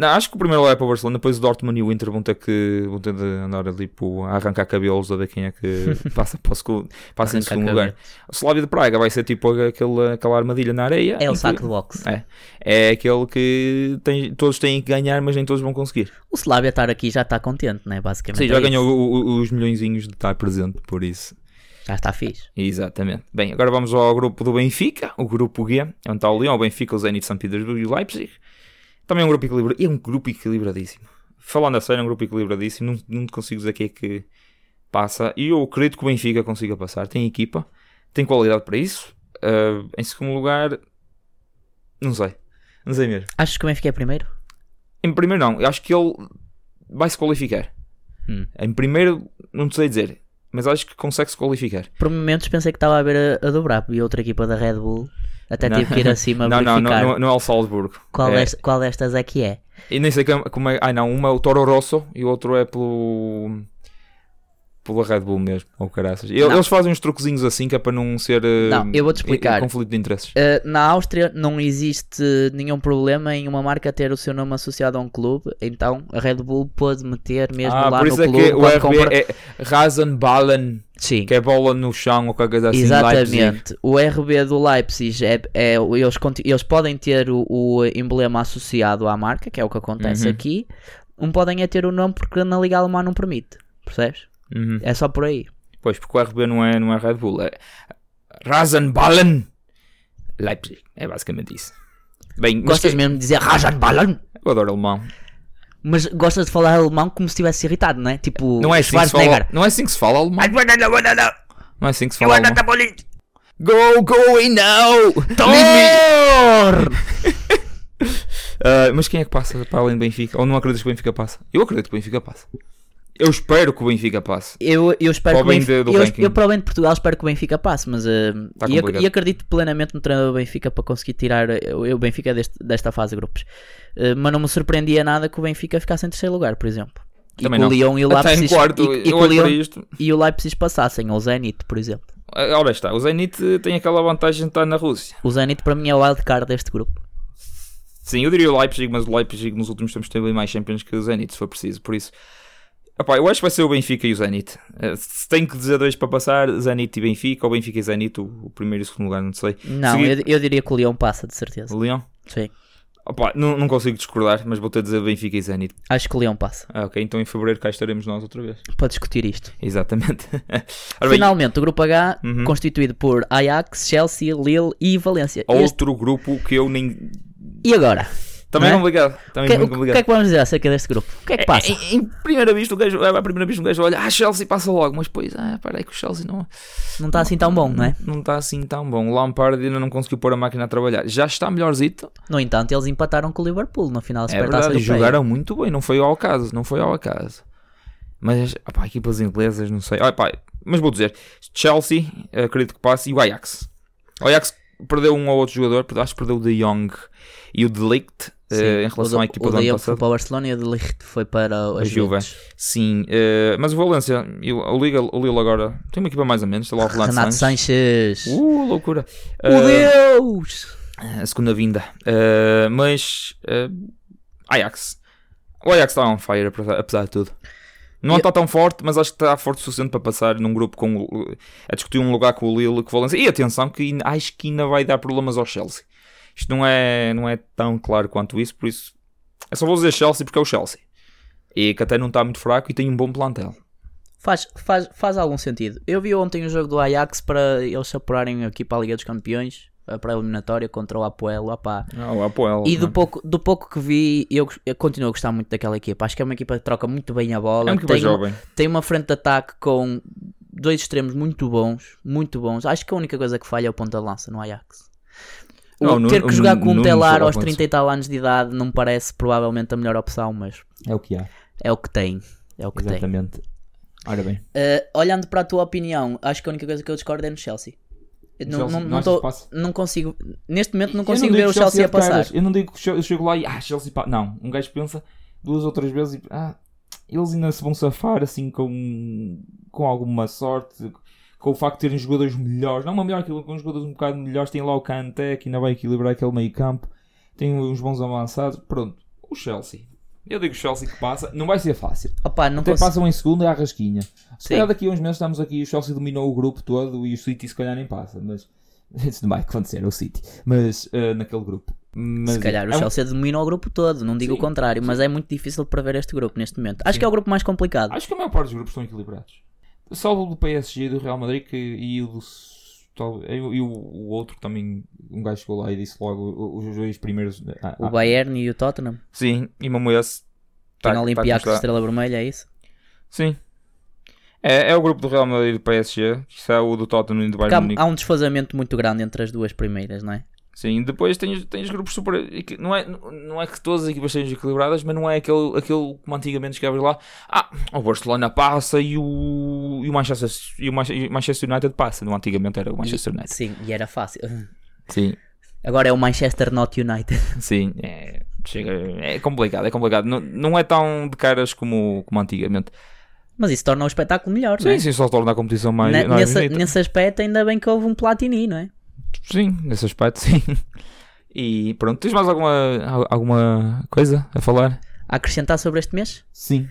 [SPEAKER 1] Não, acho que o primeiro lugar é para o Barcelona, depois o Dortmund e o Inter vão ter que vão ter de andar ali por, a arrancar cabelos a ver quem é que [laughs] passa, para o segundo, passa em
[SPEAKER 2] Arrancar
[SPEAKER 1] segundo
[SPEAKER 2] cabelo.
[SPEAKER 1] lugar. O Slavia de Praga vai ser tipo aquele, aquela armadilha na areia.
[SPEAKER 2] É
[SPEAKER 1] em
[SPEAKER 2] o
[SPEAKER 1] que-
[SPEAKER 2] saco de boxe.
[SPEAKER 1] É. É aquele que tem- todos têm que ganhar, mas nem todos vão conseguir.
[SPEAKER 2] O Slavia estar aqui já está contente, né? Basicamente.
[SPEAKER 1] Sim,
[SPEAKER 2] é
[SPEAKER 1] já
[SPEAKER 2] isso.
[SPEAKER 1] ganhou o- o- os milhõezinhos de estar presente, por isso.
[SPEAKER 2] Já está fixe.
[SPEAKER 1] Exatamente. Bem, agora vamos ao grupo do Benfica, o grupo G, é onde está o Leão, o Benfica, o Zenit, São Petersburgo e o Leipzig. Também é um grupo equilibrado. É um grupo equilibradíssimo. Falando a sério, é um grupo equilibradíssimo. Não, não consigo dizer quem é que passa. E eu acredito que o Benfica consiga passar. Tem equipa, tem qualidade para isso. Ah, em segundo lugar, não sei. Não sei mesmo.
[SPEAKER 2] Achas que o Benfica é primeiro?
[SPEAKER 1] Em primeiro não, eu acho que ele vai se qualificar.
[SPEAKER 2] Hum.
[SPEAKER 1] Em primeiro, não sei dizer, mas acho que consegue se qualificar.
[SPEAKER 2] Por momentos pensei que estava a ver a, a dobrar. Vi outra equipa da Red Bull. Até
[SPEAKER 1] Não.
[SPEAKER 2] tive que ir
[SPEAKER 1] [laughs]
[SPEAKER 2] acima
[SPEAKER 1] não, não, não,
[SPEAKER 2] verificar
[SPEAKER 1] não, não é o Salzburgo.
[SPEAKER 2] Qual,
[SPEAKER 1] é,
[SPEAKER 2] dest- qual destas é que é.
[SPEAKER 1] E nem sei como, como é. Ah, não, uma é o Toro Rosso e o outro é pelo. pela Red Bull mesmo, ou caraças. E
[SPEAKER 2] Não.
[SPEAKER 1] Eles fazem uns truquezinhos assim que é para não ser. eh,
[SPEAKER 2] Não, eu vou-te explicar.
[SPEAKER 1] eh, Conflito de interesses.
[SPEAKER 2] Uh, na Áustria não existe nenhum problema em uma marca ter o seu nome associado a um clube, então a Red Bull pôde meter mesmo
[SPEAKER 1] ah,
[SPEAKER 2] lá
[SPEAKER 1] por
[SPEAKER 2] no
[SPEAKER 1] isso é
[SPEAKER 2] clube
[SPEAKER 1] que o
[SPEAKER 2] quando
[SPEAKER 1] RB
[SPEAKER 2] compra-
[SPEAKER 1] é Rasenballen,
[SPEAKER 2] Sim,
[SPEAKER 1] que é bola no chão ou qualquer coisa assim. Leipzig.
[SPEAKER 2] exatamente. O RB do Leipzig é, é- eles, conti- eles podem ter o, o emblema associado à marca, que é o que acontece
[SPEAKER 1] Uhum.
[SPEAKER 2] aqui. Não podem é ter o nome porque na Liga Alemã não permite, percebes?
[SPEAKER 1] Uhum.
[SPEAKER 2] É só por aí.
[SPEAKER 1] Pois, porque o RB não é, não é Red Bull, é Rasenballen Leipzig. É basicamente isso. Bem, mas
[SPEAKER 2] Gostas
[SPEAKER 1] que-
[SPEAKER 2] mesmo de dizer Rajanballen?
[SPEAKER 1] eu adoro alemão.
[SPEAKER 2] Mas gostas de falar alemão como se estivesse irritado, não é? Tipo,
[SPEAKER 1] Não é, assim que se
[SPEAKER 2] Schwarzenegger.
[SPEAKER 1] fala, não é assim que se fala alemão. Não é assim que se fala alemão.
[SPEAKER 2] Tor!
[SPEAKER 1] Go, go away now! Leave me- [laughs] Ah, mas quem é que passa para além do Benfica? Ou não acreditas que o Benfica passa? Eu acredito que o Benfica passa. Eu espero que o Benfica passe.
[SPEAKER 2] Eu, eu espero
[SPEAKER 1] Para
[SPEAKER 2] que
[SPEAKER 1] o
[SPEAKER 2] o
[SPEAKER 1] bem
[SPEAKER 2] Benfica,
[SPEAKER 1] de- do
[SPEAKER 2] eu,
[SPEAKER 1] ranking. Tá
[SPEAKER 2] eu para o bem de Portugal espero que o Benfica passe, mas eh, e, ac-
[SPEAKER 1] complicado.
[SPEAKER 2] e acredito plenamente no treinador do Benfica para conseguir tirar eh, o o Benfica deste- desta fase de grupos. Eh, mas não me surpreendia nada que o Benfica ficasse em terceiro lugar, por exemplo. E
[SPEAKER 1] Também
[SPEAKER 2] que o
[SPEAKER 1] não.
[SPEAKER 2] Lyon e o
[SPEAKER 1] Até em
[SPEAKER 2] Leipzig
[SPEAKER 1] quarto,
[SPEAKER 2] e- e que
[SPEAKER 1] eu
[SPEAKER 2] o
[SPEAKER 1] olho para
[SPEAKER 2] Lyon
[SPEAKER 1] isto.
[SPEAKER 2] e o Leipzig passassem, ou o Zenit, por exemplo.
[SPEAKER 1] Ah, Ora está, o Zenit tem aquela vantagem de estar na Rússia.
[SPEAKER 2] O Zenit para mim é o wildcard deste grupo.
[SPEAKER 1] Sim, eu diria o Leipzig, mas o Leipzig nos últimos tempos teve mais Champions que o Zenit, se for preciso. Por isso, Epá, eu acho que vai ser o Benfica e o Zenit. Eh, Se tem que dizer dois para passar, Zenit e Benfica, ou Benfica e Zenit, o, o primeiro e o segundo lugar, não sei.
[SPEAKER 2] Não, eu,
[SPEAKER 1] Seguido-
[SPEAKER 2] eu diria que o Lyon passa, de certeza.
[SPEAKER 1] O Leão?
[SPEAKER 2] Sim.
[SPEAKER 1] Opá, não, não consigo discordar, mas vou ter de dizer Benfica e Zenit.
[SPEAKER 2] Acho que o Lyon passa,
[SPEAKER 1] Ah, ok, então em fevereiro cá estaremos nós outra vez.
[SPEAKER 2] para discutir isto.
[SPEAKER 1] Exatamente. [laughs] Ora bem, uhum.
[SPEAKER 2] Finalmente, o grupo H, constituído por Ajax, Chelsea, Lille e Valência. Este-
[SPEAKER 1] outro grupo que eu nem.
[SPEAKER 2] E agora?
[SPEAKER 1] Também
[SPEAKER 2] Não é?
[SPEAKER 1] complicado. Também
[SPEAKER 2] Que-
[SPEAKER 1] muito
[SPEAKER 2] o, o que
[SPEAKER 1] complicado.
[SPEAKER 2] é que vamos dizer acerca deste grupo? O que é que passa?
[SPEAKER 1] Em, em primeira vista, o gajo, à primeira vista, um gajo olha, ah, Chelsea passa logo, mas depois, ah, peraí que o Chelsea não.
[SPEAKER 2] Não está assim tão bom, não é?
[SPEAKER 1] Não está assim tão bom. O Lampard ainda não conseguiu pôr a máquina a trabalhar. Já está melhorzito.
[SPEAKER 2] No entanto, eles empataram com o Liverpool na final da
[SPEAKER 1] É
[SPEAKER 2] Supertaça
[SPEAKER 1] verdade. E
[SPEAKER 2] do Jogaram...
[SPEAKER 1] jogaram muito bem. Não foi ao acaso. Não foi ao acaso. Mas, opá, equipas inglesas, não sei. Ah, pá, mas vou dizer. Chelsea, eh, acredito que passe. E o Ajax. O Ajax perdeu um ou outro jogador. Acho que perdeu o De Jong e o De Ligt eh, em relação à equipa
[SPEAKER 2] o
[SPEAKER 1] do
[SPEAKER 2] Leão
[SPEAKER 1] ano
[SPEAKER 2] foi
[SPEAKER 1] passado.
[SPEAKER 2] para o Barcelona e o de Ligt foi para a
[SPEAKER 1] A Juve.
[SPEAKER 2] Juventus.
[SPEAKER 1] Sim, eh, mas o Valência, e o o Liga, o Lille agora tem uma equipa mais ou menos. Tem lá o Renato,
[SPEAKER 2] Renato
[SPEAKER 1] Sanches.
[SPEAKER 2] Sanches.
[SPEAKER 1] Uh, loucura.
[SPEAKER 2] Meu
[SPEAKER 1] Eh,
[SPEAKER 2] Deus!
[SPEAKER 1] a segunda vinda. Uh, mas uh, Ajax. O Ajax está on fire, apesar apesar de tudo. Não
[SPEAKER 2] E-
[SPEAKER 1] está tão forte, mas acho que está forte o suficiente para passar num grupo com o- a discutir um lugar com o Lille, com o Valencia. E atenção, que ainda- acho que ainda vai dar problemas ao Chelsea. Isto não é, não é tão claro quanto isso, por isso eu só vou dizer Chelsea porque é o Chelsea. E que até não está muito fraco e tem um bom plantel.
[SPEAKER 2] Faz, faz, faz algum sentido. Eu vi ontem o jogo do Ajax para eles apurarem aqui para a Liga dos Campeões, para a eliminatória contra o Apoel. Opá,
[SPEAKER 1] Ah, o Apoel,
[SPEAKER 2] E
[SPEAKER 1] não
[SPEAKER 2] do
[SPEAKER 1] é?
[SPEAKER 2] pouco, do pouco que vi, eu, gos- eu continuo a gostar muito daquela equipa. Acho que é uma equipa que troca muito bem a bola.
[SPEAKER 1] É uma equipa
[SPEAKER 2] tem,
[SPEAKER 1] jovem.
[SPEAKER 2] tem uma frente de ataque com dois extremos muito bons, muito bons. Acho que a única coisa que falha é o ponta de lança no Ajax. O
[SPEAKER 1] Não, o
[SPEAKER 2] ter
[SPEAKER 1] Nuno-
[SPEAKER 2] que jogar
[SPEAKER 1] o
[SPEAKER 2] com um
[SPEAKER 1] Nuno
[SPEAKER 2] telar
[SPEAKER 1] joga
[SPEAKER 2] aos
[SPEAKER 1] com isso.
[SPEAKER 2] 30 e tal anos de idade não me parece provavelmente a melhor opção, mas
[SPEAKER 1] é o que há,
[SPEAKER 2] é o que tem. É o que tem.
[SPEAKER 1] exatamente. Ora bem,
[SPEAKER 2] Eh, olhando para a tua opinião, acho que a única coisa que eu discordo é no Chelsea. Eu
[SPEAKER 1] No
[SPEAKER 2] não,
[SPEAKER 1] Chelsea,
[SPEAKER 2] não,
[SPEAKER 1] não
[SPEAKER 2] não,
[SPEAKER 1] achas
[SPEAKER 2] tô-
[SPEAKER 1] que passa?
[SPEAKER 2] não consigo. Neste momento não
[SPEAKER 1] Eu
[SPEAKER 2] consigo
[SPEAKER 1] digo
[SPEAKER 2] ver o
[SPEAKER 1] que
[SPEAKER 2] Chelsea a
[SPEAKER 1] é de
[SPEAKER 2] passar.
[SPEAKER 1] caras. Eu não digo que eu chego lá e ah, Chelsea pá. Não, um gajo pensa duas ou três vezes e ah, eles ainda se vão safar assim com, com alguma sorte, com o facto de terem jogadores melhores, não uma melhor que com jogadores um bocado melhores, tem lá o Kanté que ainda vai equilibrar aquele meio campo, tem uns bons avançados, pronto, o Chelsea. Eu digo o Chelsea que passa, não vai ser fácil.
[SPEAKER 2] Opa, não
[SPEAKER 1] Até
[SPEAKER 2] consigo-
[SPEAKER 1] passam em segundo e à rasquinha. Se
[SPEAKER 2] Sim.
[SPEAKER 1] calhar daqui a uns meses estamos aqui e o Chelsea dominou o grupo todo e o City se calhar nem passa, mas [laughs] isso não vai acontecer, é o City, mas eh, naquele grupo. Mas,
[SPEAKER 2] Se calhar o
[SPEAKER 1] é um-
[SPEAKER 2] Chelsea domina o grupo todo, não digo
[SPEAKER 1] Sim,
[SPEAKER 2] o contrário, mas é muito difícil prever este grupo neste momento. Acho que é o grupo mais complicado.
[SPEAKER 1] Acho que a maior parte dos grupos estão equilibrados. Só o do PSG e do Real Madrid que, e o do. tal- E, e o, o outro também. Um gajo chegou lá e disse logo o- os dois primeiros. ah,
[SPEAKER 2] O
[SPEAKER 1] ah.
[SPEAKER 2] Bayern e o Tottenham.
[SPEAKER 1] Sim, e mesmo esse. tá-
[SPEAKER 2] Tem o
[SPEAKER 1] tá
[SPEAKER 2] Olympiacos de
[SPEAKER 1] constado.
[SPEAKER 2] Estrela Vermelha, é isso?
[SPEAKER 1] Sim. É, é o grupo do Real Madrid e do PSG. Isso é o do Tottenham e do
[SPEAKER 2] Porque
[SPEAKER 1] Bayern Munique.
[SPEAKER 2] há, há um desfazamento muito grande entre as duas primeiras, não é?
[SPEAKER 1] Sim, depois tens, tens grupos super. equi- Não é, não é que todas as equipas sejam equilibradas, mas não é aquele, aquele como antigamente chegavas lá. Ah, o Barcelona passa e o, e o, Manchester, e o Manche- e o Manchester United passa. Não, antigamente era o Manchester United.
[SPEAKER 2] Sim, e era fácil. [laughs]
[SPEAKER 1] Sim,
[SPEAKER 2] Agora é o Manchester Not United. [laughs]
[SPEAKER 1] sim. É, chega, é complicado, é complicado. Não, não é tão de caras como, como antigamente.
[SPEAKER 2] Mas isso torna o espetáculo melhor, não é?
[SPEAKER 1] Sim, é sim, só torna a competição mais.
[SPEAKER 2] Na-
[SPEAKER 1] mais
[SPEAKER 2] nesse,
[SPEAKER 1] bonita.
[SPEAKER 2] nesse aspecto, ainda bem que houve um Platini, não é?
[SPEAKER 1] Sim, nesse aspecto, [laughs] sim. E pronto, tens mais alguma, al- alguma coisa a falar?
[SPEAKER 2] A acrescentar sobre este mês?
[SPEAKER 1] Sim.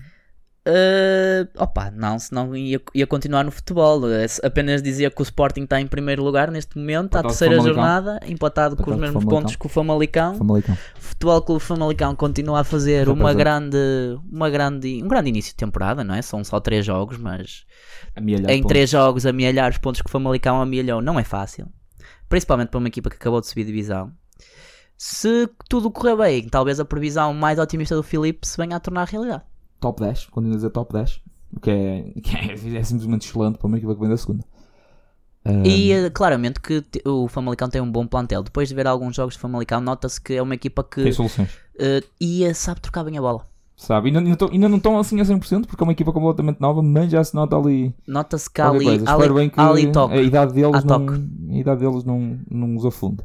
[SPEAKER 2] Uh, opa, não, senão ia, ia continuar no futebol. Eh, se- Apenas dizia que o Sporting está em primeiro lugar neste momento, à
[SPEAKER 1] Empatado com o
[SPEAKER 2] terceira
[SPEAKER 1] Famalicão.
[SPEAKER 2] jornada, empatado com
[SPEAKER 1] Empatado
[SPEAKER 2] os
[SPEAKER 1] com o
[SPEAKER 2] mesmos
[SPEAKER 1] Famalicão.
[SPEAKER 2] pontos que o Famalicão.
[SPEAKER 1] Famalicão.
[SPEAKER 2] O Futebol Clube Famalicão continua a fazer uma
[SPEAKER 1] Representa.
[SPEAKER 2] grande, uma grande, um grande início de temporada, não é? São só três jogos, mas
[SPEAKER 1] Amealhar
[SPEAKER 2] em
[SPEAKER 1] pontos.
[SPEAKER 2] três jogos amealhar os pontos que o Famalicão amealhou não é fácil. Principalmente para uma equipa que acabou de subir divisão. Se tudo correr bem, talvez a previsão mais otimista do Filipe se venha a tornar realidade.
[SPEAKER 1] top 10, continuo a dizer top 10, o que é, [laughs] que é, é simplesmente excelente para uma equipa que vem da segunda. Ah,
[SPEAKER 2] E eh, claramente que te- o Famalicão tem um bom plantel. Depois de ver alguns jogos do Famalicão, nota-se que é uma equipa que
[SPEAKER 1] tem soluções.
[SPEAKER 2] eh, ia sabe trocar bem a bola.
[SPEAKER 1] Sabe? Ainda, ainda, tão- ainda não estão assim a 100% porque é uma equipa completamente nova, mas já se nota ali.
[SPEAKER 2] Nota-se que há
[SPEAKER 1] qualquer
[SPEAKER 2] ali,
[SPEAKER 1] coisa.
[SPEAKER 2] há
[SPEAKER 1] Espero
[SPEAKER 2] ali,
[SPEAKER 1] bem que é
[SPEAKER 2] há ali
[SPEAKER 1] a
[SPEAKER 2] toque.
[SPEAKER 1] idade
[SPEAKER 2] Há
[SPEAKER 1] deles, não,
[SPEAKER 2] toque.
[SPEAKER 1] a idade deles não, não os afunda.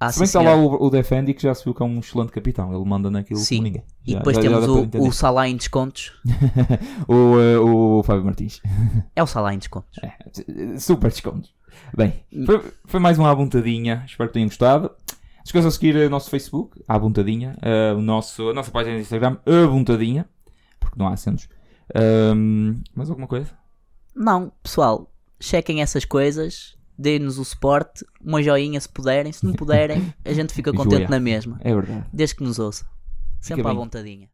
[SPEAKER 2] Ah,
[SPEAKER 1] se bem
[SPEAKER 2] sim,
[SPEAKER 1] que está
[SPEAKER 2] senhor.
[SPEAKER 1] lá o, o Defendi que já se viu que é um excelente capitão, ele manda naquilo
[SPEAKER 2] Sim.
[SPEAKER 1] como ninguém.
[SPEAKER 2] E
[SPEAKER 1] Já-
[SPEAKER 2] depois
[SPEAKER 1] já- já
[SPEAKER 2] temos
[SPEAKER 1] dá para
[SPEAKER 2] o,
[SPEAKER 1] entender.
[SPEAKER 2] o Salah em descontos.
[SPEAKER 1] [laughs] o, eh, o Fábio Martins.
[SPEAKER 2] É o Salah em descontos.
[SPEAKER 1] É, Super descontos. Bem, foi, foi mais uma abuntadinha. Espero que tenham gostado. Não se esqueçam de seguir eh, o nosso Facebook, a abuntadinha. eh, o nosso, a nossa página do Instagram, abuntadinha. Porque não há acentos. Ahm, mais alguma coisa?
[SPEAKER 2] Não, pessoal, chequem essas coisas, deem-nos o suporte, uma joinha se puderem, se não puderem, a gente fica
[SPEAKER 1] [laughs] Joia.
[SPEAKER 2] contente na mesma,
[SPEAKER 1] É verdade.
[SPEAKER 2] desde que nos ouça. Sempre à
[SPEAKER 1] bem.
[SPEAKER 2] vontadinha.